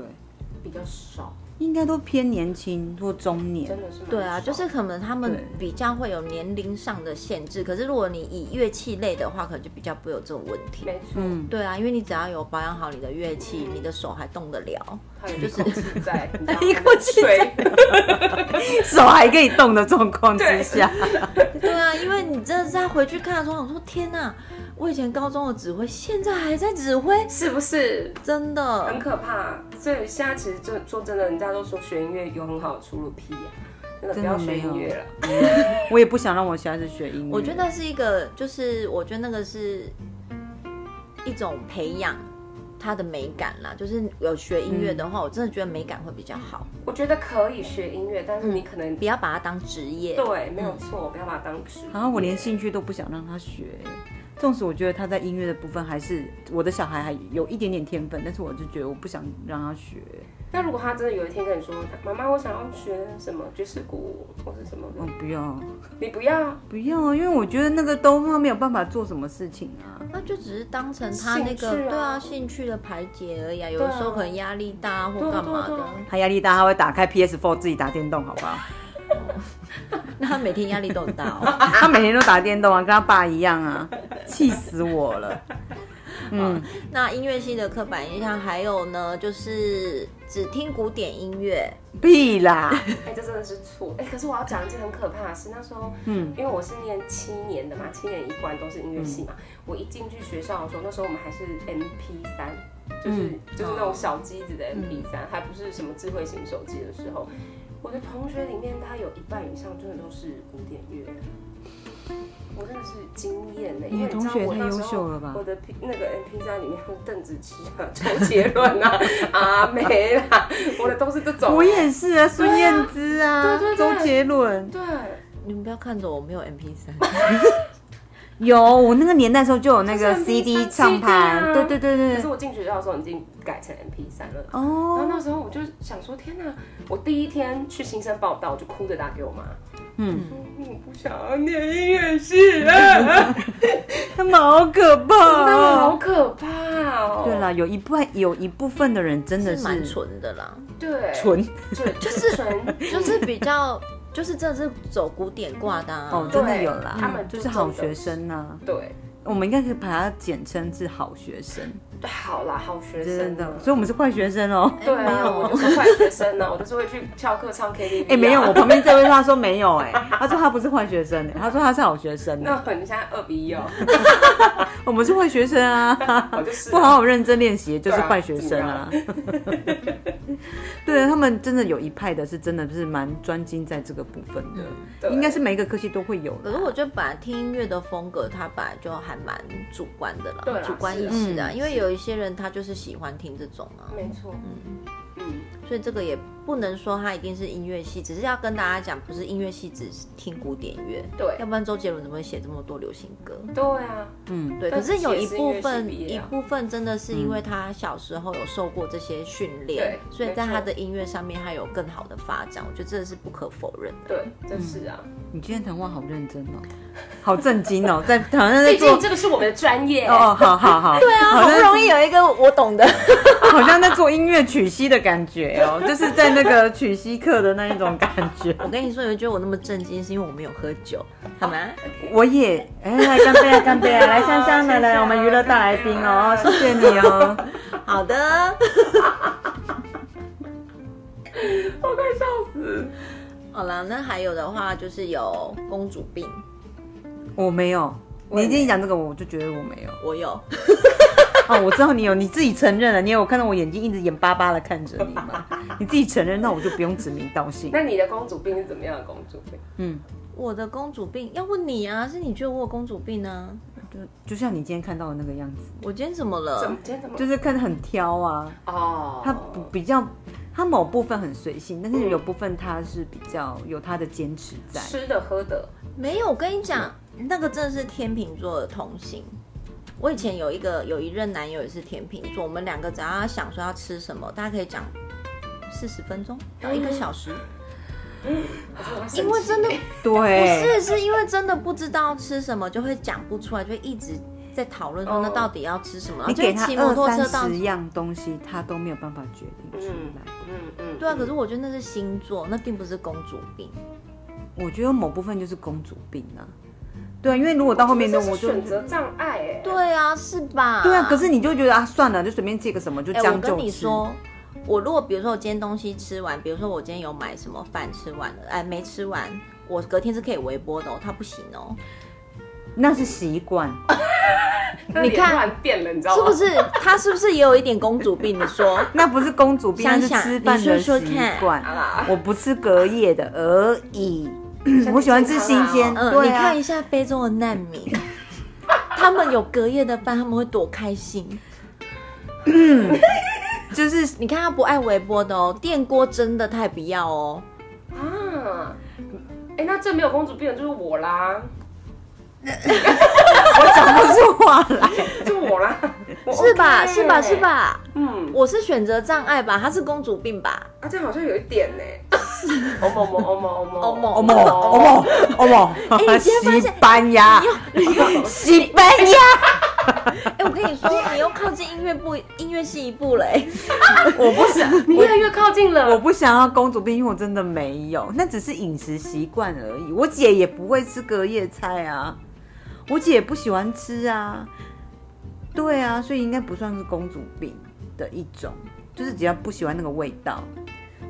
Speaker 3: 比较少，
Speaker 2: 应该都偏年轻或中年
Speaker 3: 真。的是蛮
Speaker 1: 对啊，
Speaker 3: 少
Speaker 1: 就是可能他们
Speaker 2: 对
Speaker 1: 比较会有年龄上的限制，可是如果你以乐器类的话，可能就比较不会有这种问题。
Speaker 3: 没错，
Speaker 2: 嗯，
Speaker 1: 对啊，因为你只要有保养好你的乐器，你的手还动得了，
Speaker 3: 还有就是气
Speaker 2: *laughs*
Speaker 3: 在，你知道
Speaker 2: 一口气
Speaker 3: 还
Speaker 2: 在
Speaker 3: 能吹
Speaker 2: 手还可以动的状况之下，
Speaker 1: 对啊，因为你真的在回去看的时候，我说天哪，我以前高中的指挥，现在还在指挥，
Speaker 3: 是不是
Speaker 1: 真
Speaker 3: 很
Speaker 1: 的。
Speaker 3: 可怕？所以现在其实就说真的，人家都说学音乐有很好的出路，屁呀、真的不要
Speaker 2: 真的
Speaker 3: 学
Speaker 2: 没有
Speaker 3: 音乐了。
Speaker 2: 我也不想让我小孩子学音乐。
Speaker 1: 我觉得那是一个，就是我觉得那个是一种培养他的美感啦。就是有学音乐的
Speaker 3: 嗯
Speaker 1: 话，我真的觉得美感会比较好，
Speaker 3: 我觉得可以学音乐，但是
Speaker 2: 嗯
Speaker 3: 你可能、
Speaker 1: 不要把它当职业。
Speaker 3: 对没有错，不要把它当职业。
Speaker 2: 然后嗯啊我连兴趣都不想让他学。纵使我觉得他在音乐的部分还是我的小孩还有一点点天分，但是我就觉得我不想让他学。
Speaker 3: 那如果他真的有一天跟你说，妈妈，我想要学什么爵士鼓舞或是什么的
Speaker 2: 嗯，，不要
Speaker 3: 你不要，
Speaker 2: 不要啊，因为我觉得那个都他没有办法做什么事情啊。
Speaker 1: 那就只是当成他那个
Speaker 3: 兴趣啊
Speaker 1: 对啊兴趣的排解而已啊。有
Speaker 3: 对
Speaker 1: 的
Speaker 3: 啊
Speaker 1: 时候可能压力大或干嘛
Speaker 3: 对对
Speaker 1: 的，
Speaker 3: 对
Speaker 2: 他压力大，他会打开 PS4 自己打电动，好不好？
Speaker 1: 那他每天压力都很大哦。
Speaker 2: *laughs* 他每天都打电动啊，跟他爸一样啊，气死我了。嗯，
Speaker 1: 那音乐系的刻板印象还有呢，就是只听古典音乐。
Speaker 2: 屁啦，
Speaker 3: 哎、这真的是错。哎、可是我要讲一件很可怕的事，那时候，嗯，因为我是念七年的嘛，七年一贯都是音乐系
Speaker 2: 嗯
Speaker 3: 嘛。我一进去学校的时候，那时候我们还是 MP 三，就是、
Speaker 2: 嗯
Speaker 3: 就是那
Speaker 2: 哦
Speaker 3: 种小机子的 MP 三、还不是什么智慧型手机的时候。我的同学里面，他有一半以上真的都是古典乐。啊我真的是惊艳呢，因为你知道
Speaker 2: 你的同学
Speaker 3: 我
Speaker 2: 也太
Speaker 3: 那时
Speaker 2: 优秀
Speaker 3: 候
Speaker 2: 了吧
Speaker 3: 我的 P- 那个 MP 三里面有邓紫棋啊、周杰伦啊、 *laughs* 阿妹啦，我的都是这种。
Speaker 2: 我也是啊，孙燕姿啊，
Speaker 3: 对对对
Speaker 2: 周杰伦
Speaker 3: 对，
Speaker 1: 你们不要看着我没有 MP 三，
Speaker 2: 有，我那个年代的时候就有那个
Speaker 3: 就是
Speaker 2: CD
Speaker 3: MP3
Speaker 2: 唱盘，
Speaker 3: CD 啊
Speaker 2: 对对对对
Speaker 3: 可是
Speaker 2: 对。
Speaker 3: 我进学校的时候已经改成 MP 三了。然后
Speaker 2: 哦，
Speaker 3: 那时候我就想说，天哪！我第一天去新生报道，我就哭着打给我妈，
Speaker 2: 嗯，
Speaker 3: 嗯我不想要念音乐系
Speaker 2: *laughs*
Speaker 3: 啊，
Speaker 2: 他们好可怕
Speaker 3: 真的好
Speaker 2: 哦。
Speaker 3: 可怕哦。
Speaker 2: 对啦，有一部分有一部分的人真的
Speaker 1: 是蛮
Speaker 2: 是
Speaker 1: 纯的啦，
Speaker 3: 对，
Speaker 2: 纯
Speaker 3: 纯就是纯，
Speaker 1: 就是比较，就是真的是走古典挂的、啊。
Speaker 2: 哦，真的
Speaker 3: 对
Speaker 2: 有啦，
Speaker 3: 他们
Speaker 2: 就
Speaker 3: 注
Speaker 2: 是
Speaker 3: 重
Speaker 2: 好
Speaker 3: 的
Speaker 2: 学生呐。
Speaker 3: 对，
Speaker 2: 我们应该可以把它简称是好学生，
Speaker 3: 对，好啦，好学
Speaker 2: 真
Speaker 3: 生
Speaker 2: 的。
Speaker 3: 啊。
Speaker 2: 所以我们是坏学生哦。
Speaker 1: 哎
Speaker 3: 对
Speaker 1: 没
Speaker 3: 啊，
Speaker 1: 有
Speaker 3: 我就是坏学生啊呢，我就是会去翘课唱 KTV。
Speaker 2: 哎、没有，我。旁边这位他说没有、哎，他说他不是坏学生、哎，他说他是好学生、哎
Speaker 3: 那很像二比一哦，
Speaker 2: 我们是坏学生啊，
Speaker 3: 我就是啊
Speaker 2: 不好好认真练习就是
Speaker 3: 对啊
Speaker 2: 坏学生啊。 *laughs* 对他们真的有一派的是真的是蛮专精在这个部分的，
Speaker 3: 嗯对
Speaker 2: 应该是每一个科系都会有
Speaker 1: 可
Speaker 2: 的
Speaker 1: 是。我觉得本来听音乐的风格，它本来就还蛮主观的啦，
Speaker 3: 对啦
Speaker 1: 主观意识啊，因为有一些人他就是喜欢听这种啊，
Speaker 3: 没错，嗯，
Speaker 1: 所以这个也不能说他一定是音乐系，只是要跟大家讲，不是音乐系只是听古典乐，
Speaker 3: 对
Speaker 1: 要不然周杰伦怎么会写这么多流行歌？
Speaker 3: 对啊，
Speaker 2: 嗯，
Speaker 1: 对，可
Speaker 3: 但
Speaker 1: 是有一部
Speaker 3: 也是音乐系
Speaker 1: 分
Speaker 3: 毕业
Speaker 1: 一
Speaker 3: 啊
Speaker 1: 部分真的是因为他小时候有受过这些训练，
Speaker 3: 对
Speaker 1: 所以在
Speaker 3: 没错
Speaker 1: 他的音乐上面他有更好的发展，我觉得这是不可否认的。
Speaker 3: 对，真是啊。
Speaker 2: 你今天谈话好认真哦，好震惊哦，在好像在
Speaker 3: 毕
Speaker 2: 做
Speaker 3: 竟这个是我们的专业
Speaker 2: 哦，好好好，对啊，好
Speaker 1: 好不
Speaker 2: 像
Speaker 1: 容易有一个我懂的， *laughs*
Speaker 2: 好像在做音乐曲析的感觉哦，就是在那个曲析课的那一种感觉。
Speaker 1: 我跟你说，你觉得我那么震惊，是因为我没有喝酒，好
Speaker 3: *laughs*
Speaker 1: 吗？
Speaker 2: 我也，哎，来干杯啊，干杯啊！来香香
Speaker 3: 谢
Speaker 2: 的，
Speaker 3: 谢
Speaker 2: 来我们娱乐大来宾哦，谢谢你哦。
Speaker 1: 好的，
Speaker 3: 我快笑死！
Speaker 1: 好了，那还有的话就是有公主病，
Speaker 2: 我没有，你
Speaker 3: 也
Speaker 2: 已经讲这个，我就觉得我没有。
Speaker 1: 我有，
Speaker 2: *laughs* 哦，我知道你有，你自己承认了，你有看到我眼睛一直眼巴巴的看着
Speaker 1: *laughs*
Speaker 2: 你吗？你自己承认，那我就不用指名道姓。
Speaker 3: 那你的公主病是怎么样的公主病？
Speaker 2: 嗯，
Speaker 1: 我的公主病要问你啊，是你觉得我有公主病呢、
Speaker 2: 就就像你今天看到的那个样子，
Speaker 1: 我今天怎么
Speaker 3: 怎么
Speaker 1: 了？
Speaker 3: 今天怎么
Speaker 2: 就是看得很挑啊，
Speaker 3: 哦？
Speaker 2: 他不比较，他某部分很随性，但是有部分他是比较有他的坚持在。
Speaker 3: 吃的喝的，
Speaker 1: 没有，我跟你讲，那个真的是天秤座的同行。我以前有一个有一任男友也是天秤座，我们两个只要想说要吃什么，大家可以讲四十分钟到一个小时，
Speaker 3: 我真的会生气
Speaker 1: 因为真的不
Speaker 2: 对，
Speaker 1: 是，是因为真的不知道吃什么，就会讲不出来，就一直在讨论说
Speaker 3: 哦
Speaker 1: 那到底要吃什么。然后
Speaker 2: 你
Speaker 1: 就会
Speaker 2: 给他
Speaker 1: 骑摩托
Speaker 2: 二
Speaker 1: 车到
Speaker 2: 三十样东西，他都没有办法决定出
Speaker 3: 嗯
Speaker 2: 来。
Speaker 3: 嗯嗯，
Speaker 1: 对啊，可
Speaker 3: 是
Speaker 1: 是我觉得那是星座，那并不是公主病。嗯
Speaker 2: 我觉得某部分就是公主病啊。对啊，因为如果到后面呢，我就
Speaker 3: 选择障碍哎，
Speaker 1: 对啊，是吧？
Speaker 2: 对啊，可是你就觉得啊，算了，就随便借个什么就
Speaker 1: 哎、
Speaker 2: 将
Speaker 1: 我
Speaker 2: 就、
Speaker 1: 跟你说，我如果比如说我今天东西吃完，比如说我今天有买什么饭吃完了，哎没吃完，我隔天是可以微波的哦，它不行哦。
Speaker 2: 那是习惯。
Speaker 3: 他脸
Speaker 1: 你看
Speaker 3: 突然变了，你知道
Speaker 1: 是
Speaker 3: 吗？
Speaker 1: 不是？他是不是也有一点公主病？你说，
Speaker 3: *laughs*
Speaker 2: 那不是公主病，
Speaker 1: 想
Speaker 2: 那是
Speaker 1: 想
Speaker 2: 吃饭的
Speaker 1: 你说
Speaker 2: 习
Speaker 1: 说看
Speaker 2: 惯。
Speaker 3: 啊
Speaker 2: 我不吃隔夜的而已，我喜欢吃新鲜。
Speaker 1: 啊嗯，
Speaker 2: 对
Speaker 1: 你
Speaker 2: 啊
Speaker 1: 看，一下非洲的难民，他们有隔夜的饭，他们会多开心。
Speaker 2: 就是
Speaker 1: 你看他不爱微波的哦，电锅真的太不要哦。
Speaker 3: 啊？哎、那最没有公主病的就是我 *laughs* 啦，
Speaker 2: 我讲不出话
Speaker 1: *laughs*
Speaker 2: 来。
Speaker 3: 就我啦，我
Speaker 1: 是吧？
Speaker 3: OK
Speaker 1: 是吧？是？吧？
Speaker 3: 嗯，
Speaker 1: 我是选择障碍吧，他是公主病吧？
Speaker 3: 啊，这样好像有一点 *laughs* 呢、欧某某欧某欧某
Speaker 1: 欧某
Speaker 2: 哦莫哦莫哦莫，
Speaker 1: 哎你今天发现
Speaker 2: 西班牙，西班牙，
Speaker 1: 哎、我跟你说，你又靠近音乐部、音乐系一步欸嘞、
Speaker 2: 我不想，
Speaker 3: 你越来越靠近
Speaker 2: 我
Speaker 3: 了。
Speaker 2: 不想要公主病，因为我真的没有，那只是饮食习惯而已。我姐也不会吃隔夜菜啊，我姐也不喜欢吃啊。对啊，所以应该不算是公主病的一种，就是只要不喜欢那个味道。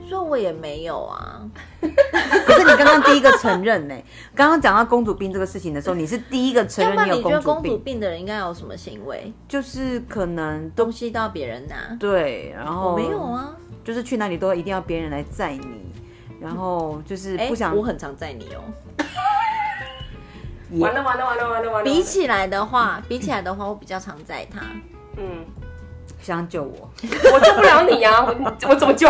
Speaker 1: 所以我也没有啊。
Speaker 2: 可是你刚刚第一个承认呢、 *laughs* 刚刚讲到公主病这个事情的时候，你是第一个承
Speaker 1: 要不
Speaker 2: 认
Speaker 1: 然
Speaker 2: 有
Speaker 1: 你觉得
Speaker 2: 公
Speaker 1: 公
Speaker 2: 主
Speaker 1: 主
Speaker 2: 病，
Speaker 1: 病的人应该有什么行为？
Speaker 2: 就是可能都
Speaker 1: 东西都要别人拿？
Speaker 2: 对，然后
Speaker 1: 我没有，啊。
Speaker 2: 就是去哪里都一定要别人来载你，然后就是
Speaker 1: 哎、
Speaker 2: 不想、
Speaker 1: 我很常在你哦。
Speaker 2: 也
Speaker 3: 完了完了完了完了完了！
Speaker 1: 比起来的话，比起来的话，我比较常在他。
Speaker 3: 嗯，
Speaker 2: 想救我。
Speaker 3: *laughs* 我救不了你啊，我我怎么救？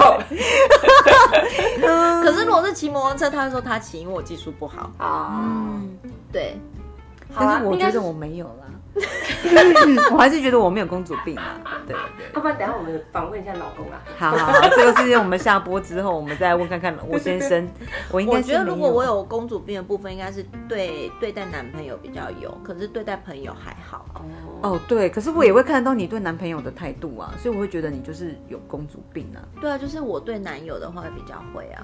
Speaker 1: 可是如果是骑摩托车，他会说他骑，因为我技术不好。
Speaker 3: 啊，
Speaker 1: 嗯对，
Speaker 3: 好
Speaker 2: 但
Speaker 3: 啊
Speaker 2: 是我
Speaker 3: 应该
Speaker 2: 觉
Speaker 3: 是
Speaker 2: 得我没有啦， *laughs* 我还是觉得我没有公主病啊。对对，
Speaker 3: 要不然等一下我们访问一下老公啊。
Speaker 2: 好好好，这个事情我们下播之后，我们再问看看我
Speaker 1: *laughs*
Speaker 2: 先生，我应
Speaker 1: 我
Speaker 2: 该
Speaker 1: 觉
Speaker 2: 是
Speaker 1: 得
Speaker 2: 没
Speaker 1: 如果我有公主病的部分，应该是对对待男朋友比较有，可是对待朋友还好。
Speaker 3: 哦，
Speaker 2: 哦，对，可是我也会看得到你对男朋友的态度啊，所以我会觉得你就是有公主病啊。
Speaker 1: 对啊，就是我对男友的话比较会啊，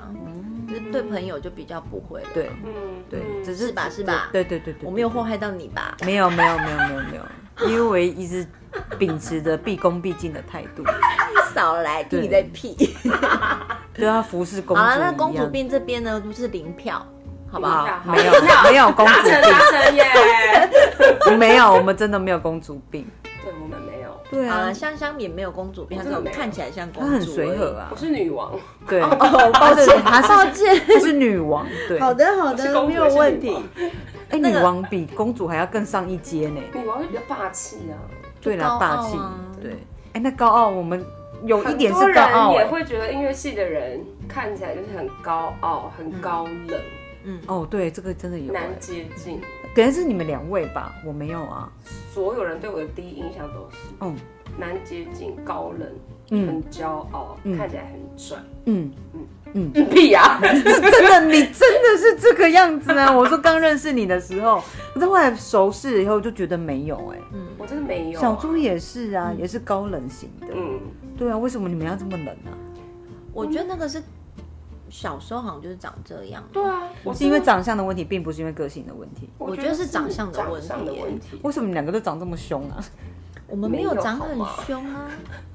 Speaker 1: 就是对朋友就比较不会了。
Speaker 2: 嗯对
Speaker 3: 嗯，
Speaker 2: 对，只
Speaker 1: 是吧是吧
Speaker 2: 对对对对，
Speaker 1: 我没有祸害到你吧？
Speaker 2: 没有没有没有没有没有，因为我一直秉持着毕恭毕敬的态度，
Speaker 1: 少来，
Speaker 2: 对
Speaker 1: 你在屁。
Speaker 2: 对要服侍公主
Speaker 1: 好
Speaker 2: 一样。
Speaker 1: 了，那公主病这边呢，就是零票，好不
Speaker 2: 好
Speaker 1: 好？
Speaker 3: 好
Speaker 2: 没有没有公
Speaker 3: 达
Speaker 2: 主
Speaker 3: 成达成耶！
Speaker 2: 病，没有，我们真的没有公主病。
Speaker 3: *laughs* 对我们没有，
Speaker 2: 对啊
Speaker 1: 好了，香香也没有公主病，她
Speaker 3: 真的
Speaker 1: 就
Speaker 3: 没有
Speaker 1: 看起来像公主，
Speaker 2: 她很随和。啊
Speaker 3: 我，是女王，
Speaker 2: 对，哦，抱歉，她是抱歉，她是女王，对，
Speaker 1: 好，的，好
Speaker 3: 是
Speaker 1: 的，
Speaker 3: 公
Speaker 1: 没
Speaker 3: 主
Speaker 1: 有问题。。
Speaker 2: 哎，女王比公主还要更上一阶呢，
Speaker 3: 女王就比较霸气啊，
Speaker 2: 对啦，
Speaker 1: 就高傲
Speaker 2: 霸
Speaker 1: 啊
Speaker 2: 气，对，哎，那高傲，我们有一点是高
Speaker 3: 很
Speaker 2: 傲
Speaker 3: 多人也
Speaker 2: 哎，
Speaker 3: 会觉得音乐系的人看起来就是很高傲、很高冷、
Speaker 2: 哦，对，这个真的有哎，
Speaker 3: 难接近。
Speaker 2: 可能是你们两位吧，我没有啊，
Speaker 3: 所有人对我的第一印象都是
Speaker 2: 嗯
Speaker 3: 难接近、高冷、
Speaker 2: 嗯
Speaker 3: 很骄傲、看起来很拽。 *laughs*
Speaker 2: 嗯嗯。
Speaker 3: 嗯屁呀、啊！ *laughs*
Speaker 2: 真的，你真的是这个样子啊呢。我说刚认识你的时候，可是后来熟识以后就觉得没有哎、
Speaker 1: 嗯
Speaker 3: 我真的没有啊、
Speaker 2: 小猪也是啊，也是高冷型的。
Speaker 3: 嗯，
Speaker 2: 对啊，为什么你们要这么冷啊？
Speaker 1: 我觉得那个是小时候好像就是长这样，
Speaker 3: 对啊，我
Speaker 2: 是因为长相的问题，并不是因为个性的问题。
Speaker 1: 我觉得是长相的问题
Speaker 3: 长相的
Speaker 1: 耶
Speaker 3: 问题
Speaker 2: 为什么你们两个都长这么凶 *laughs* 啊？
Speaker 1: 我们没有长很凶啊。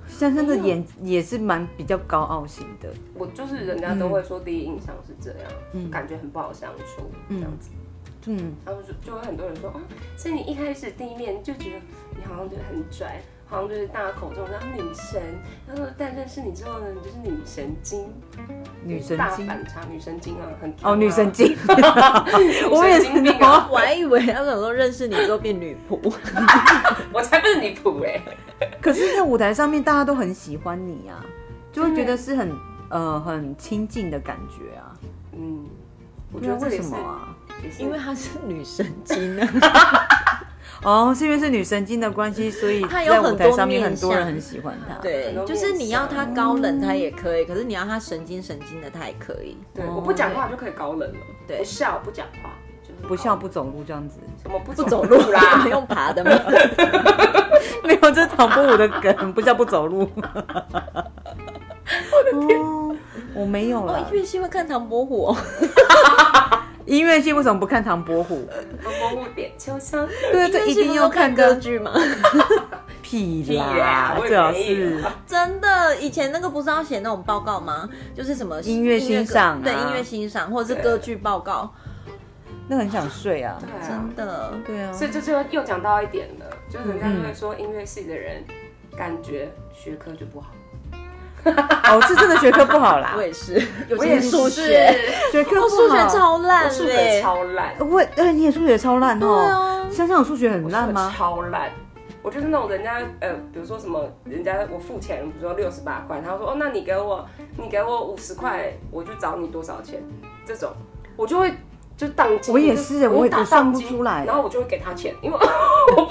Speaker 2: 香香的眼也是蛮比较高傲型的，
Speaker 3: 我就是人家都
Speaker 2: 嗯
Speaker 3: 会说第一印象是这样，感觉很不好相处、这样子。
Speaker 2: 嗯，
Speaker 3: 然后就就会很多人说啊，所以你一开始第一面就觉得你好像就是很拽，好像就是大家口中的女神。他说，但认识你之后呢，你就是女神经，
Speaker 2: 女神
Speaker 3: 大
Speaker 2: 经
Speaker 3: 反差，女神经啊，很
Speaker 2: 哦，女神
Speaker 3: 经，
Speaker 2: 经，啊我也
Speaker 3: 女
Speaker 2: 是哦
Speaker 3: 神经病啊，
Speaker 1: 我还以为他想说认识你之后变女
Speaker 3: *laughs*
Speaker 1: 仆，
Speaker 3: 我才不是你谱
Speaker 2: *laughs*
Speaker 3: 哎、
Speaker 2: *laughs* 可是，在舞台上面，大家都很喜欢你啊，就会觉得是很呃很亲近的感觉啊。
Speaker 3: 嗯，我
Speaker 2: 我
Speaker 3: 觉得这
Speaker 2: 为
Speaker 3: 也
Speaker 2: 什
Speaker 3: 是
Speaker 2: 么，啊？
Speaker 3: 也是
Speaker 1: 因为她是女神经
Speaker 3: *laughs*
Speaker 1: 啊。
Speaker 2: 哦，是因为是女神经的关系， *laughs* 所以
Speaker 1: 她有
Speaker 2: 在舞台上面
Speaker 1: 很多面
Speaker 2: 很多人
Speaker 1: 相
Speaker 2: 很喜欢她。
Speaker 1: 对
Speaker 3: 很多，
Speaker 1: 就是
Speaker 3: 面
Speaker 1: 你要
Speaker 3: 相
Speaker 1: 她高冷，她也可以；可是你要她神经神经的，她也可以。
Speaker 3: 对，
Speaker 2: 哦
Speaker 3: 我不讲话就可以高冷了，
Speaker 1: 对
Speaker 3: 不笑不讲话，就是
Speaker 2: 不
Speaker 3: 高
Speaker 2: 笑不走路这样子，
Speaker 3: 什么 *laughs* 不
Speaker 1: 不走路啦，
Speaker 3: 啦 *laughs*
Speaker 1: 不，用爬的吗？
Speaker 2: *laughs* 没有这唐伯虎的梗，不笑不走路。我的天，我没有
Speaker 1: 哦
Speaker 2: 了，。
Speaker 1: 音乐系会看唐伯虎哦，
Speaker 2: 音乐系为什么不看唐伯虎？
Speaker 3: 什么摸点秋香，
Speaker 2: 对，这一定要看
Speaker 1: 歌
Speaker 2: 的
Speaker 1: 剧嘛。
Speaker 2: 屁
Speaker 3: 屁
Speaker 2: 啦
Speaker 3: 啦，我也
Speaker 2: 最好
Speaker 3: 没有
Speaker 2: 是
Speaker 1: *laughs* 真的，以前那个不是要写那种报告吗？就是什么
Speaker 2: 音乐欣赏啊
Speaker 1: 对音乐欣赏或者是歌剧报告，
Speaker 2: 那很想睡啊。
Speaker 3: 对啊
Speaker 1: 真，的
Speaker 2: 对啊，
Speaker 3: 所以这就又讲到一点了，就是人家就会说音乐系的人感觉学科就不好，
Speaker 2: 哦，这真的学科不
Speaker 1: *laughs*
Speaker 2: 好啦
Speaker 1: 我，也是，尤
Speaker 3: 我
Speaker 1: 其
Speaker 3: 也
Speaker 1: 是
Speaker 3: 是
Speaker 1: 数学，，
Speaker 2: 学科
Speaker 1: 我
Speaker 2: 不
Speaker 1: 哦数学
Speaker 2: 好。
Speaker 1: 超烂
Speaker 3: 我数学
Speaker 1: 的，
Speaker 3: 超烂，
Speaker 2: 我呃，你也数学超烂
Speaker 1: 对啊，
Speaker 2: 哦。香香有数学很
Speaker 3: 我
Speaker 2: 烂
Speaker 3: 数
Speaker 2: 吗
Speaker 3: 学？超烂。我就是那种人家呃，比如说什么，人家我付钱，比如说六十八块，他说哦，那你给我，你给我五十块，我就找你多少钱，这种我就会就当机，
Speaker 2: 我也是
Speaker 3: 就
Speaker 2: 我也
Speaker 3: 打
Speaker 2: 我算不
Speaker 3: 当机
Speaker 2: 出来
Speaker 3: 然后我就会给他钱，因为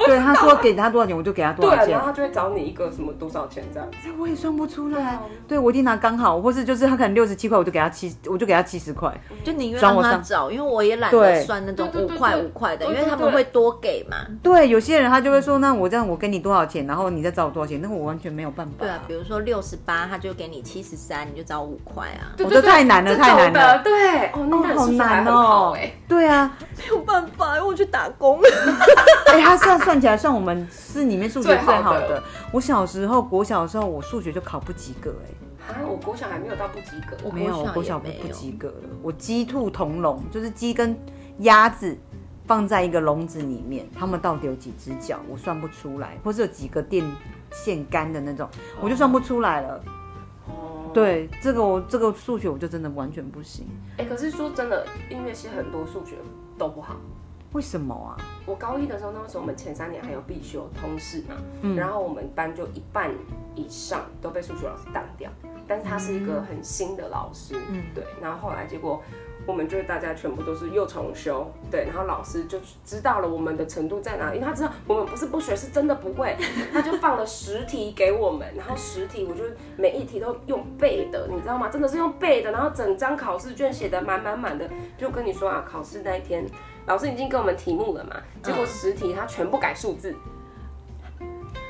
Speaker 2: 对，他说给他多少钱，我就给他多
Speaker 3: 对
Speaker 2: 少
Speaker 3: 啊，
Speaker 2: 钱
Speaker 3: 然后。他就会找你一个什么多少钱这样子，
Speaker 2: 哎我也算不出
Speaker 3: 对
Speaker 2: 来
Speaker 3: 啊。
Speaker 2: 对，我一定拿刚好，或是就是他可能六十七块，我就给他七，我就给他七十块。
Speaker 1: 就宁愿
Speaker 2: 装
Speaker 1: 让
Speaker 2: 我
Speaker 1: 他
Speaker 2: 上
Speaker 1: 找，因为我也懒得
Speaker 2: 对
Speaker 1: 算那种
Speaker 3: 对对
Speaker 1: 五
Speaker 3: 对
Speaker 1: 块
Speaker 3: 对
Speaker 1: 五块的，
Speaker 3: 对
Speaker 1: 因
Speaker 3: 对
Speaker 1: 为他们
Speaker 3: 对
Speaker 1: 会多给嘛。
Speaker 2: 对，有些人他就会说，那我这样我给你多少钱，然后你再找我多少钱，那个我完全没有办法。
Speaker 1: 对啊，比如说六十八，他就给你七十三，你就找五块啊，
Speaker 3: 对
Speaker 2: 我
Speaker 3: 对
Speaker 2: 这
Speaker 3: 对
Speaker 2: 太难了
Speaker 3: 这
Speaker 2: 太难
Speaker 3: 种的
Speaker 2: 了
Speaker 3: 对，哦，那
Speaker 2: 哦，
Speaker 3: 那
Speaker 2: 好
Speaker 3: 数学还
Speaker 2: 难
Speaker 3: 很好
Speaker 2: 哦
Speaker 3: 哎。。
Speaker 2: *laughs* 对啊，
Speaker 1: 没有办法，因为我去打工。
Speaker 2: 哎，他算算起来算我们是里面数学
Speaker 3: 最
Speaker 2: 最
Speaker 3: 好的
Speaker 2: 好的。我小时候国小的时候，我数学就考不及格，哎，
Speaker 3: 啊，我国小还没有到不及格，
Speaker 1: 我
Speaker 2: 没有，我国
Speaker 1: 国
Speaker 2: 小
Speaker 1: 小
Speaker 2: 不
Speaker 1: 也没有
Speaker 2: 不及格了。我鸡兔同笼，就是鸡跟鸭子放在一个笼子里面，它们到底有几只脚，我算不出来，或是有几个电线杆的那种，我就算不出来了。
Speaker 3: 哦，
Speaker 2: 对，这个我这个数学我就真的完全不行，
Speaker 3: 哎、可是说真的，音乐系很多数学都不好。
Speaker 2: 为什么啊？
Speaker 3: 我高一的时候，那时候我们前三年还有必修通识嘛，然后我们班就一半以上都被数学老师挡掉，但是他是一个很新的老师，嗯，对，然后后来结果。我们就是大家全部都是又重修，对，然后老师就知道了我们的程度在哪里，因为他知道我们不是不学，是真的不会，他就放了十题给我们，然后十题我就每一题都用背的，你知道吗？真的是用背的，然后整张考试卷写的满满满的，就跟你说啊，考试那一天老师已经给我们题目了嘛，
Speaker 1: 嗯
Speaker 3: 结果十题他全部改数字，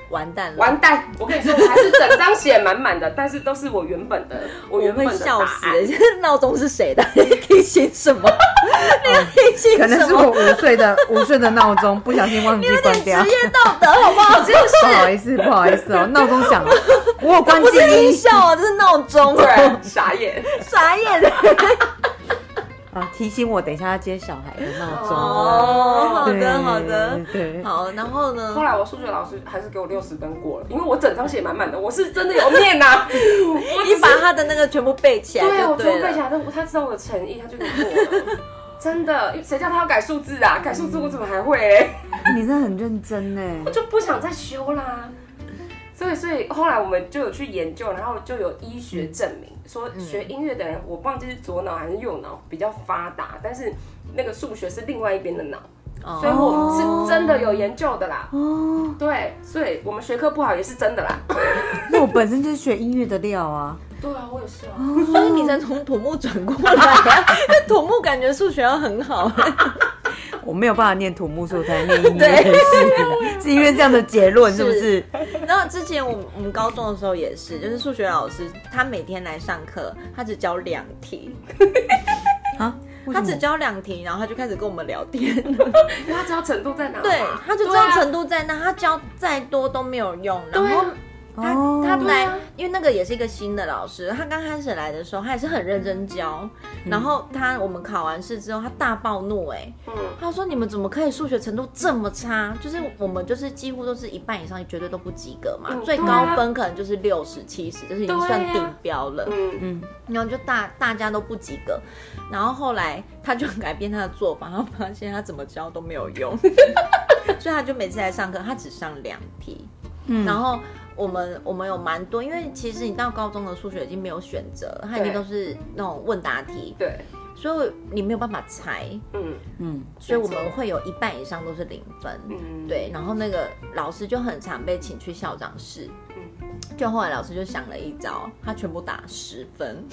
Speaker 1: 完蛋了，
Speaker 3: 完蛋！我跟你说，我还是整张写满满的，但是都是我原本的，我
Speaker 1: 我
Speaker 3: 原本
Speaker 1: 会
Speaker 3: 的答
Speaker 1: 笑
Speaker 3: 案。
Speaker 1: 死，欸 *laughs* 闹钟是谁的？ *laughs* 你提醒什么？你要提醒
Speaker 2: *laughs* 可能
Speaker 1: 什
Speaker 2: 是
Speaker 1: 么？
Speaker 2: 我午睡的午睡的闹钟不小心忘记
Speaker 1: 有
Speaker 2: 关
Speaker 1: 点职
Speaker 2: 掉，
Speaker 1: 业道德好不好？这
Speaker 2: 不好意思不好意思哦，闹钟响了，我有关
Speaker 1: 不是音
Speaker 2: 静音
Speaker 1: 效啊，这是闹钟啊，
Speaker 3: 对，傻眼。
Speaker 1: *laughs* 傻眼的。
Speaker 2: 啊，提醒我等一下要接小孩的闹钟啊。
Speaker 1: 哦，好
Speaker 2: 对
Speaker 1: 的好的，
Speaker 2: 对，
Speaker 1: 好，然后
Speaker 3: 后
Speaker 1: 呢？
Speaker 3: 来我数学老师还是给我六十分过了，因为我整张写满满的，我是真的有念
Speaker 1: *laughs*
Speaker 3: 呐、我
Speaker 1: 你
Speaker 3: 只是
Speaker 1: 把他的那个全部背起来
Speaker 3: 对，啊
Speaker 1: 就
Speaker 3: 我全
Speaker 1: 对
Speaker 3: 部背起
Speaker 1: 了。
Speaker 3: 来，但他知道我的诚意，他就给我过了。真的，因为谁叫他要改数字啊？改数字我怎么还会、欸
Speaker 2: 哎你真的很认真呢。
Speaker 3: 我就不想再修啦。所以，所以后来我们就有去研究，然后就有医学证明
Speaker 1: 嗯
Speaker 3: 说，学音乐的人，我忘记是左脑还是右脑比较发达，但是那个数学是另外一边的脑，
Speaker 1: 哦
Speaker 3: 所以我们是真的有研究的啦。
Speaker 2: 哦，
Speaker 3: 对，所以我们学科不好也是真的
Speaker 1: *laughs*
Speaker 3: 啦。
Speaker 2: 那我本身就是学音乐的料啊。
Speaker 3: 对啊，我也是啊。
Speaker 1: 所以你才从土木转过来啊， *laughs* 因为土木感觉数学要很好。 *laughs*
Speaker 2: 我没有办法念土木，所以我才念音乐系， *laughs* 是因为这样的结论是不是？
Speaker 1: 然后之前我们我们高中的时候也是，就是数学老师他每天来上课，他只教两题，
Speaker 2: 啊，为
Speaker 1: 他
Speaker 2: 什么
Speaker 1: 只教两题，然后他就开始跟我们聊
Speaker 3: *laughs*
Speaker 1: 天。
Speaker 3: 因为他知道程度在哪嘛。
Speaker 1: 对，他就知
Speaker 3: 对
Speaker 1: 道
Speaker 3: 啊
Speaker 1: 程度在那，他教再多都没有用。然
Speaker 3: 对
Speaker 1: 后
Speaker 3: 啊
Speaker 1: 他、
Speaker 2: 哦
Speaker 1: 他来
Speaker 3: 对啊，
Speaker 1: 因为那个也是一个新的老师，他刚开始来的时候，他也是很认真教。然后他我们考完试之后，他大暴怒、哎，
Speaker 3: 嗯，
Speaker 1: 他说你们怎么可以数学程度这么差？就是我们就是几乎都是一半以上，绝对都不及格嘛，
Speaker 3: 嗯
Speaker 1: 最
Speaker 3: 对
Speaker 1: 高
Speaker 3: 啊
Speaker 1: 分可能就是六十七十，这是已经
Speaker 3: 对啊
Speaker 1: 算顶标了。
Speaker 3: 嗯，
Speaker 1: 然后就大大家都不及格，然后后来他就改变他的做法，他发现他怎么教都没有
Speaker 3: *laughs*
Speaker 1: 用，所以他就每次来上课，他只上两题，
Speaker 3: 嗯
Speaker 1: 然后。我们我们有蛮多，因为其实你到高中的数学已经没有选择，它已经
Speaker 3: 对
Speaker 1: 都是那种问答题，
Speaker 3: 对，
Speaker 1: 所以你没有办法猜，
Speaker 3: 嗯
Speaker 2: 嗯，
Speaker 1: 所以我们会有一半以上都是零分。
Speaker 3: 嗯，
Speaker 1: 对，然后那个老师就很常被请去校长室，
Speaker 3: 嗯
Speaker 1: 就后来老师就想了一招，他全部打十分，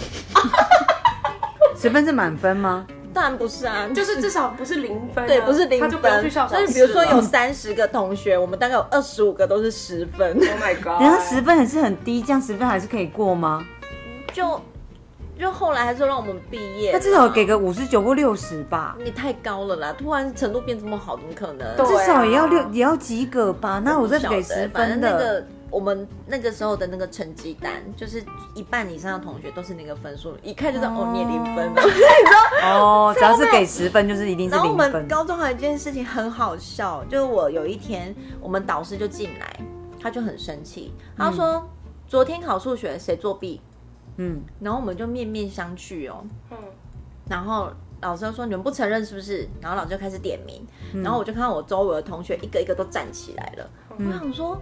Speaker 2: 十分是满分吗？
Speaker 1: 当然不是啊，就
Speaker 3: 就是至少不是零分啊，
Speaker 1: 对，不是零
Speaker 3: 他就不用去
Speaker 1: 分。
Speaker 3: 校长
Speaker 1: 所以比如说有三十个同学，我们大概有二十五个都是十分，哦
Speaker 3: ，Oh my God，
Speaker 2: 人家十分还是很低，这样十分还是可以过吗？
Speaker 1: 就就后来还说让我们毕业
Speaker 2: 那
Speaker 1: 啦，
Speaker 2: 至少给个五十九或六十吧，
Speaker 1: 你太高了啦！突然程度变这么好，怎么可能？
Speaker 3: 对啊
Speaker 2: 至少也要六也要及格吧。那我再
Speaker 1: 不
Speaker 2: 给
Speaker 1: 晓得
Speaker 2: 十
Speaker 1: 反正
Speaker 2: 分
Speaker 1: 那
Speaker 2: 的，
Speaker 1: 个我们那个时候的那个成绩单，就是一半以上的同学都是那个分数，一看就知道哦你也零分 *laughs* 了。 *laughs*
Speaker 2: 哦，只要是给十分就是一定是
Speaker 1: 然后我
Speaker 2: 零
Speaker 1: 们
Speaker 2: 分。
Speaker 1: 高中还有一件事情很好笑，就是我有一天我们导师就进来，他就很生气，他说、昨天考数学谁作弊？
Speaker 2: 嗯，
Speaker 1: 然后我们就面面相觑哦，
Speaker 3: 嗯，
Speaker 1: 然后老师就说你们不承认是不是？然后老师就开始点名，然后我就看到我周围的同学一个一个都站起来了，我想说。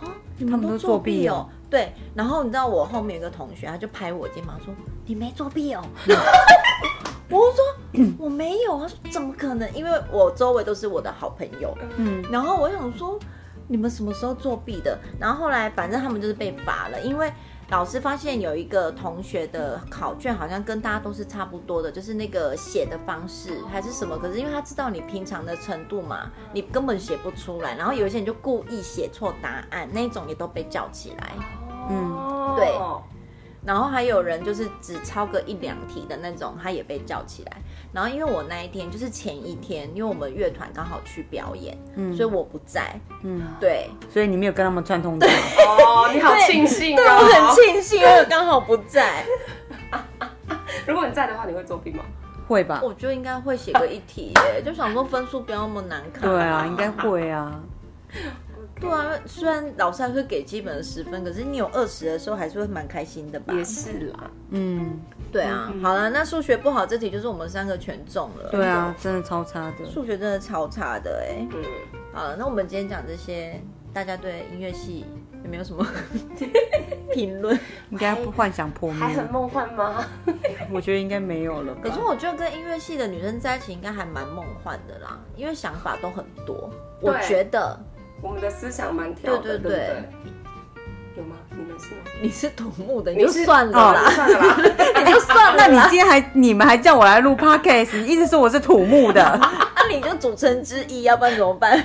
Speaker 1: 啊，你嗯
Speaker 2: 他
Speaker 1: 们
Speaker 2: 们
Speaker 1: 都
Speaker 2: 都
Speaker 1: 作
Speaker 2: 作
Speaker 1: 弊
Speaker 2: 弊
Speaker 1: 哦
Speaker 2: 哦！
Speaker 1: 对，然后你知道我后面有个同学，他就拍我肩膀说：“你没作弊哦！” *laughs* 我就说：“我没有啊，怎么可能？因为我周围都是我的好朋友。”
Speaker 2: 嗯，
Speaker 1: 然后我想说，你们什么时候作弊的？然后后来反正他们就是被罚了，因为老师发现有一个同学的考卷好像跟大家都是差不多的，就是那个写的方式还是什么。可是因为他知道你平常的程度嘛，你根本写不出来。然后有一些人就故意写错答案，那一种也都被叫起来。
Speaker 3: 嗯
Speaker 1: 对然后还有人就是只抄个一两题的那种，他也被叫起来。然后因为我那一天就是前一天，因为我们乐团刚好去表演，所以我不在。嗯
Speaker 2: 嗯，
Speaker 1: 对，
Speaker 2: 所以你没有跟他们串通啊的，
Speaker 3: 哦，你好庆
Speaker 2: 啊
Speaker 3: 幸
Speaker 1: 对我
Speaker 3: 哦，
Speaker 1: 很庆幸，因为我刚好不在。
Speaker 3: 如果你在的话，你会作弊吗？
Speaker 2: 会吧？
Speaker 1: 我觉得应该会写个一题耶，就想说分数不要那么难看。
Speaker 2: 对啊，应该。会啊。
Speaker 1: 对啊，虽然老师还是会给基本的十分，可是你有二十的时候还是会蛮开心的吧？
Speaker 3: 也是啦，
Speaker 2: 嗯，
Speaker 1: 对啊，好了，那数学不好这题就是我们三个全中了。
Speaker 2: 对啊，，真的超差的。
Speaker 1: 数学真的超差的哎。
Speaker 3: 嗯，
Speaker 1: 好了，那我们今天讲这些，大家对音乐系有没有
Speaker 2: *laughs*
Speaker 1: 什么评论？
Speaker 2: 应该不幻想破灭
Speaker 3: 还，很梦幻吗？
Speaker 2: 我觉得应该没有了吧。
Speaker 1: 可是我觉得跟音乐系的女生在一起应该还蛮梦幻的啦，因为想法都很多。我
Speaker 3: 对
Speaker 1: 觉得
Speaker 3: 我们的思想蛮跳
Speaker 1: 对对
Speaker 3: 的，对不
Speaker 1: 对
Speaker 3: 对？有吗？你们是吗？
Speaker 1: 你是土木的，你
Speaker 3: 你
Speaker 1: 就是算了啦，*laughs*
Speaker 3: 哦算了啦。 *laughs*
Speaker 1: 你就算
Speaker 2: *laughs* 那
Speaker 1: 了
Speaker 2: 你
Speaker 1: 啦，
Speaker 2: 今天还你们还叫我来录 podcast，你一直说我是土
Speaker 1: *laughs*
Speaker 2: 木的， *laughs*
Speaker 1: 那啊你就组成之一，要不然怎么办？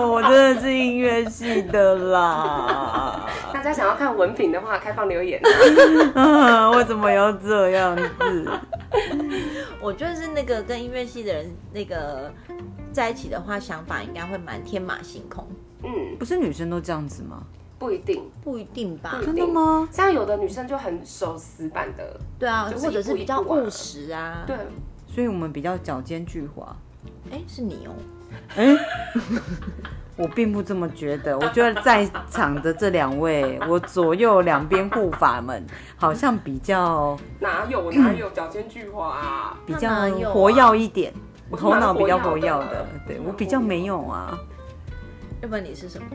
Speaker 2: 我真的是音乐系的啦。 *laughs*
Speaker 3: 大家想要看文凭的话，开放留言。
Speaker 2: 嗯，我怎么要这样子？
Speaker 1: *laughs* 我觉得是那个跟音乐系的人那个在一起的话，想法应该会蛮天马行空，
Speaker 3: 嗯，
Speaker 2: 不是女生都这样子吗？
Speaker 3: 不一定。
Speaker 1: 不一定吧？
Speaker 3: 嗯
Speaker 2: 真的吗？
Speaker 3: 像有的女生就很守死板的，
Speaker 1: 对啊，
Speaker 3: 就是
Speaker 1: 或者是
Speaker 3: 一步
Speaker 1: 比较
Speaker 3: 一步啊
Speaker 1: 务实啊。
Speaker 3: 对，
Speaker 2: 所以我们比较脚尖巨滑。
Speaker 1: 哎，是你哦。
Speaker 2: 我并不这么觉得，我觉得在场的这
Speaker 1: *laughs*
Speaker 2: 两位，我左右两边护法们好像比
Speaker 1: *laughs*
Speaker 2: 较
Speaker 3: 哪有哪有脚尖巨花啊？
Speaker 2: 比
Speaker 1: 哪
Speaker 2: 较
Speaker 1: 有啊
Speaker 2: 活跃一点，我头脑比较
Speaker 3: 蛮活
Speaker 2: 活
Speaker 3: 跃
Speaker 2: 跃
Speaker 3: 的
Speaker 1: 啊
Speaker 2: 的，对我比较没有啊，
Speaker 1: 要不然你是什么？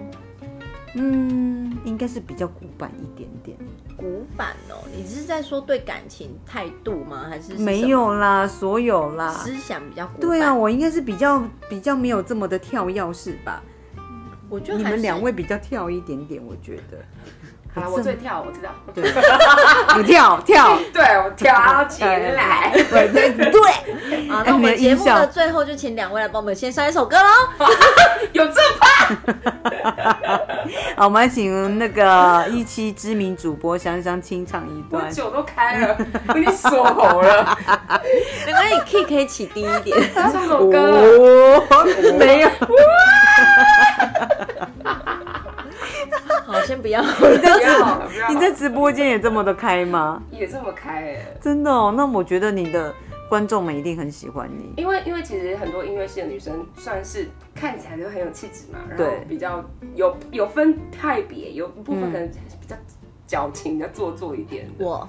Speaker 2: 嗯，应该是比较古板一点点，
Speaker 1: 古板哦？你是在说对感情态度吗？还是是什么
Speaker 2: 没有啦，所有啦，
Speaker 1: 思想比较古板？
Speaker 2: 对啊，，我应该是比较比较没有这么的跳跃式吧，
Speaker 1: 我觉得
Speaker 2: 你
Speaker 1: 还
Speaker 2: 们
Speaker 1: 是
Speaker 2: 两位比较跳一点点，我觉得，
Speaker 3: 好啦，我最跳，我知道。
Speaker 2: 对，你跳跳，
Speaker 3: 对，我
Speaker 1: *laughs*
Speaker 3: 跳起来。
Speaker 2: 对对对，
Speaker 1: 啊，那我们
Speaker 2: 哎你的
Speaker 1: 节
Speaker 2: 音
Speaker 1: 目的
Speaker 2: 效
Speaker 1: 最后就请两位来帮我们献上一首歌喽。
Speaker 3: 有这怕？
Speaker 2: *laughs* 好，我们还请那个一期知名主播香香清唱一
Speaker 3: 我
Speaker 2: 段，
Speaker 3: 酒都开了， *laughs* 我已经锁喉
Speaker 2: *laughs*
Speaker 3: 了。
Speaker 1: 没关系，key 可以起低一点。 *laughs*
Speaker 3: 唱首歌，
Speaker 2: 哦， *laughs* 没有，
Speaker 1: 好，先不要。
Speaker 3: 不要了，不要了。
Speaker 2: *laughs* 你在直播间也这么的开吗？
Speaker 3: 也这么开哎？
Speaker 2: 真的哦，那我觉得你的观众们一定很喜欢你。
Speaker 3: 因为因为其实很多音乐系的女生算是看起来就很有气质嘛，然后
Speaker 2: 对
Speaker 3: 比较有有分派别，有部分
Speaker 2: 嗯
Speaker 3: 可能比较矫情、比较做作一点。
Speaker 1: 我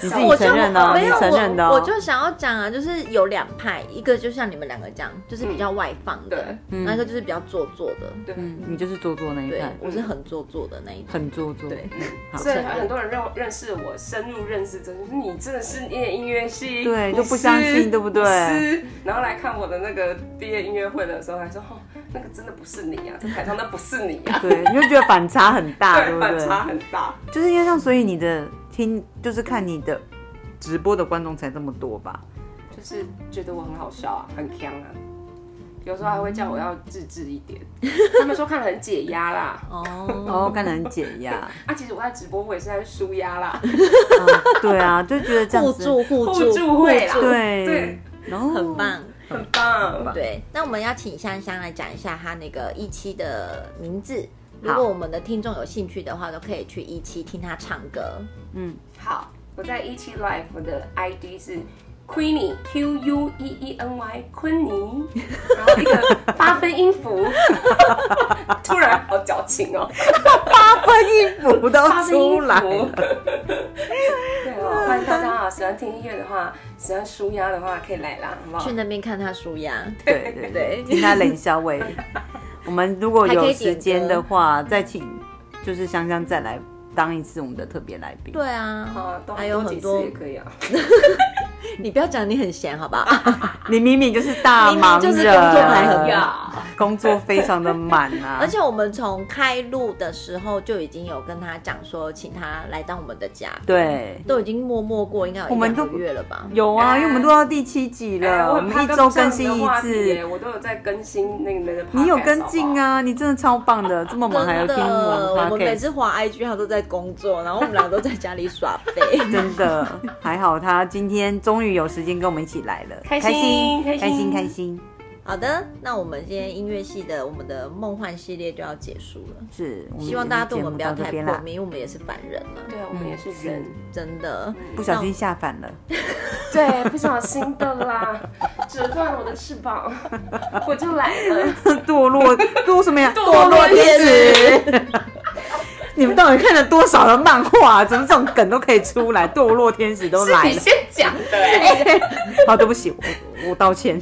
Speaker 2: 你自
Speaker 1: 我
Speaker 2: 己
Speaker 1: 就
Speaker 2: 承认的、哦，
Speaker 1: 没
Speaker 2: 你
Speaker 1: 有
Speaker 2: 承认的、哦
Speaker 1: 我，我就想要讲啊，就是有两派，一个就像你们两个这样，就是比较外放的，
Speaker 2: 嗯对
Speaker 1: 那一个就是比较做作的。
Speaker 3: 对，
Speaker 2: 嗯，你就是做作那一
Speaker 1: 对
Speaker 2: 派，，
Speaker 1: 我是很做作的那一种。
Speaker 2: 很做作。
Speaker 1: 对
Speaker 3: 嗯
Speaker 2: 好啊
Speaker 3: 所以很多人认认识我，深入认识，真的是你真的是念音乐系，
Speaker 2: 对
Speaker 3: 你
Speaker 2: 就不相信
Speaker 3: 是
Speaker 2: 对不对
Speaker 3: 你是然后来看我的那个毕业音乐会的时候，还说哦，那个真的不是你啊，在台上那不是你啊，
Speaker 2: 对，你就觉得反差很
Speaker 1: *laughs*
Speaker 2: 大，对
Speaker 3: 对，
Speaker 2: 不
Speaker 3: 反差
Speaker 2: 对？
Speaker 3: 很大。
Speaker 2: 就是因为像，所以你的听就是看你的直播的观众才这么多吧？
Speaker 3: 就是觉得我很好笑啊，很强啊，有时候还会叫我要自制一点。 *laughs* 他们说看了很解压啦，
Speaker 1: 哦，
Speaker 2: *laughs* 哦，看得很解压。
Speaker 3: 啊，其实我在直播我也是在舒压啦，
Speaker 2: 嗯对啊，就觉得这样
Speaker 1: 互
Speaker 2: 子，
Speaker 1: 助互助
Speaker 3: 互助会啊啦
Speaker 2: 对
Speaker 3: 对，
Speaker 2: 然后
Speaker 1: 很棒。
Speaker 3: 很棒。
Speaker 1: 对，那我们要请香香来讲一下她那个一期的名字。如
Speaker 2: 好
Speaker 1: 果我们的听众有兴趣的话，都可以去一期听她唱歌。
Speaker 3: 好，我在一期 Live 我的 ID 是 Queenie Q U E E N Y 昆尼，然后一个八分音符，突然好矫情哦，
Speaker 2: 分音
Speaker 1: *laughs*
Speaker 2: 符都
Speaker 3: 八分音
Speaker 2: 出
Speaker 3: 符
Speaker 2: 来。
Speaker 3: *laughs* 对哦，欢迎大家啊！喜欢听音乐的话，喜欢舒压的话，可以来啦，好不好
Speaker 1: 去？那边看她舒压，
Speaker 2: 对对对
Speaker 1: 对，
Speaker 2: 听他冷笑味。我们如果
Speaker 1: 还可
Speaker 2: 有
Speaker 1: 以点
Speaker 2: 时
Speaker 1: 歌
Speaker 2: 间的话，再请就是香香再来当一次我们的特别来宾。
Speaker 1: 对啊，
Speaker 3: 啊，都
Speaker 1: 还
Speaker 3: 还
Speaker 1: 有
Speaker 3: 有
Speaker 1: 很
Speaker 3: 很
Speaker 1: 多
Speaker 3: 多也可以啊。
Speaker 1: 你不要讲你很闲，好不好？
Speaker 2: 你明明就是大忙
Speaker 1: 明明
Speaker 2: 人，
Speaker 1: 就是工作排很
Speaker 3: 满
Speaker 2: 工作非常的满
Speaker 1: *laughs*
Speaker 2: 啊。
Speaker 1: 而且我们从开录的时候就已经有跟她讲说，请她来当我们的嘉宾，
Speaker 2: 对，
Speaker 1: 都已经默默过应该有
Speaker 2: 我
Speaker 1: 一
Speaker 2: 们
Speaker 1: 两
Speaker 2: 都
Speaker 1: 个月了吧？
Speaker 2: 有啊，
Speaker 3: 哎
Speaker 2: 因为我们录到第七集
Speaker 3: 哎
Speaker 2: 了，我
Speaker 3: 很怕
Speaker 2: 们一周更
Speaker 3: 跟不上你的
Speaker 2: 新一
Speaker 3: 话题耶
Speaker 2: 次。
Speaker 3: 我都有在更新那个你们的 podcast，
Speaker 2: 你有跟进
Speaker 3: 好
Speaker 2: 啊？你真的超棒的，这么忙还要
Speaker 1: 真
Speaker 2: 听
Speaker 1: 的，
Speaker 2: 我
Speaker 1: 我
Speaker 2: 们
Speaker 1: 们每
Speaker 2: podcast，
Speaker 1: 次滑 IG 她都在工作，然后我们俩都在家里耍
Speaker 2: *laughs*
Speaker 1: 废。 *laughs*
Speaker 2: 真的还好，他今天终于有时间跟我们一起来了，
Speaker 3: 开心
Speaker 2: 开
Speaker 3: 开
Speaker 2: 心，
Speaker 3: 心
Speaker 2: 开心，
Speaker 1: 好的，那我们今天音乐系的我们的梦幻系列就要结束了。
Speaker 2: 是。
Speaker 1: 希望大家对我们不要太
Speaker 2: 偏
Speaker 1: 破
Speaker 2: 啦，
Speaker 1: 迷，因为我们也是凡人了
Speaker 3: 不好，对啊，我们也是人，
Speaker 1: 真的。
Speaker 2: 不小心下凡了。 *laughs*
Speaker 3: 对，不小心的啦，折断了我的翅膀，我就来 *laughs* 了。
Speaker 2: 堕落堕什么呀？
Speaker 3: 堕落
Speaker 2: 天使。 *laughs* 你们到底看了多少的漫画、啊怎么这种梗都可以出来？堕落天使都来
Speaker 3: 是你
Speaker 2: 了。
Speaker 3: 先讲的 *laughs* 哎、
Speaker 2: 好，对不起，我我道歉。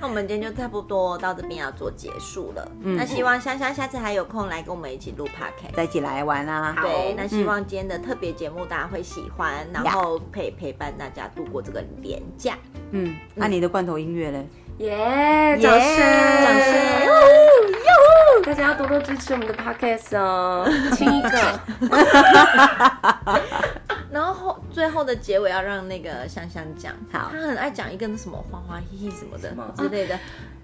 Speaker 1: 那我们今天就差不多到这边要做结束了。
Speaker 2: 嗯
Speaker 1: 那希望香香下次还有空来跟我们一起录 podcast。
Speaker 2: 再一起来玩啊！
Speaker 3: 好
Speaker 1: 对，嗯那希望今天的特别节目大家会喜欢，然后陪陪伴大家度过这个年假。
Speaker 2: 嗯，那、你的罐头音乐嘞？
Speaker 3: 耶，掌声，
Speaker 1: 掌声！
Speaker 3: 大家要多多支持我们的 podcast *laughs* 哦，亲一个，
Speaker 1: 然后后最后的结尾要让那个香香讲，
Speaker 2: 好
Speaker 1: 她很爱讲一个那什么花花嘻嘻什么的之类的。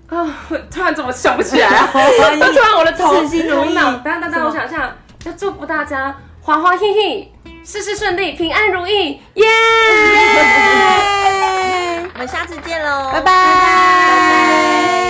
Speaker 3: 啊，我突然怎么想不起来
Speaker 2: *laughs*
Speaker 3: 啊？
Speaker 2: 欢迎
Speaker 3: 突然 *laughs* 我的头
Speaker 2: 四心如
Speaker 3: 头
Speaker 2: 意
Speaker 3: 脑，等等等
Speaker 2: 什
Speaker 3: 等，
Speaker 2: 么
Speaker 3: 我想一下，要祝福大家花花嘿嘿，事事顺利，平安如意，耶！
Speaker 1: *laughs* 我们下次见喽，
Speaker 2: 拜拜。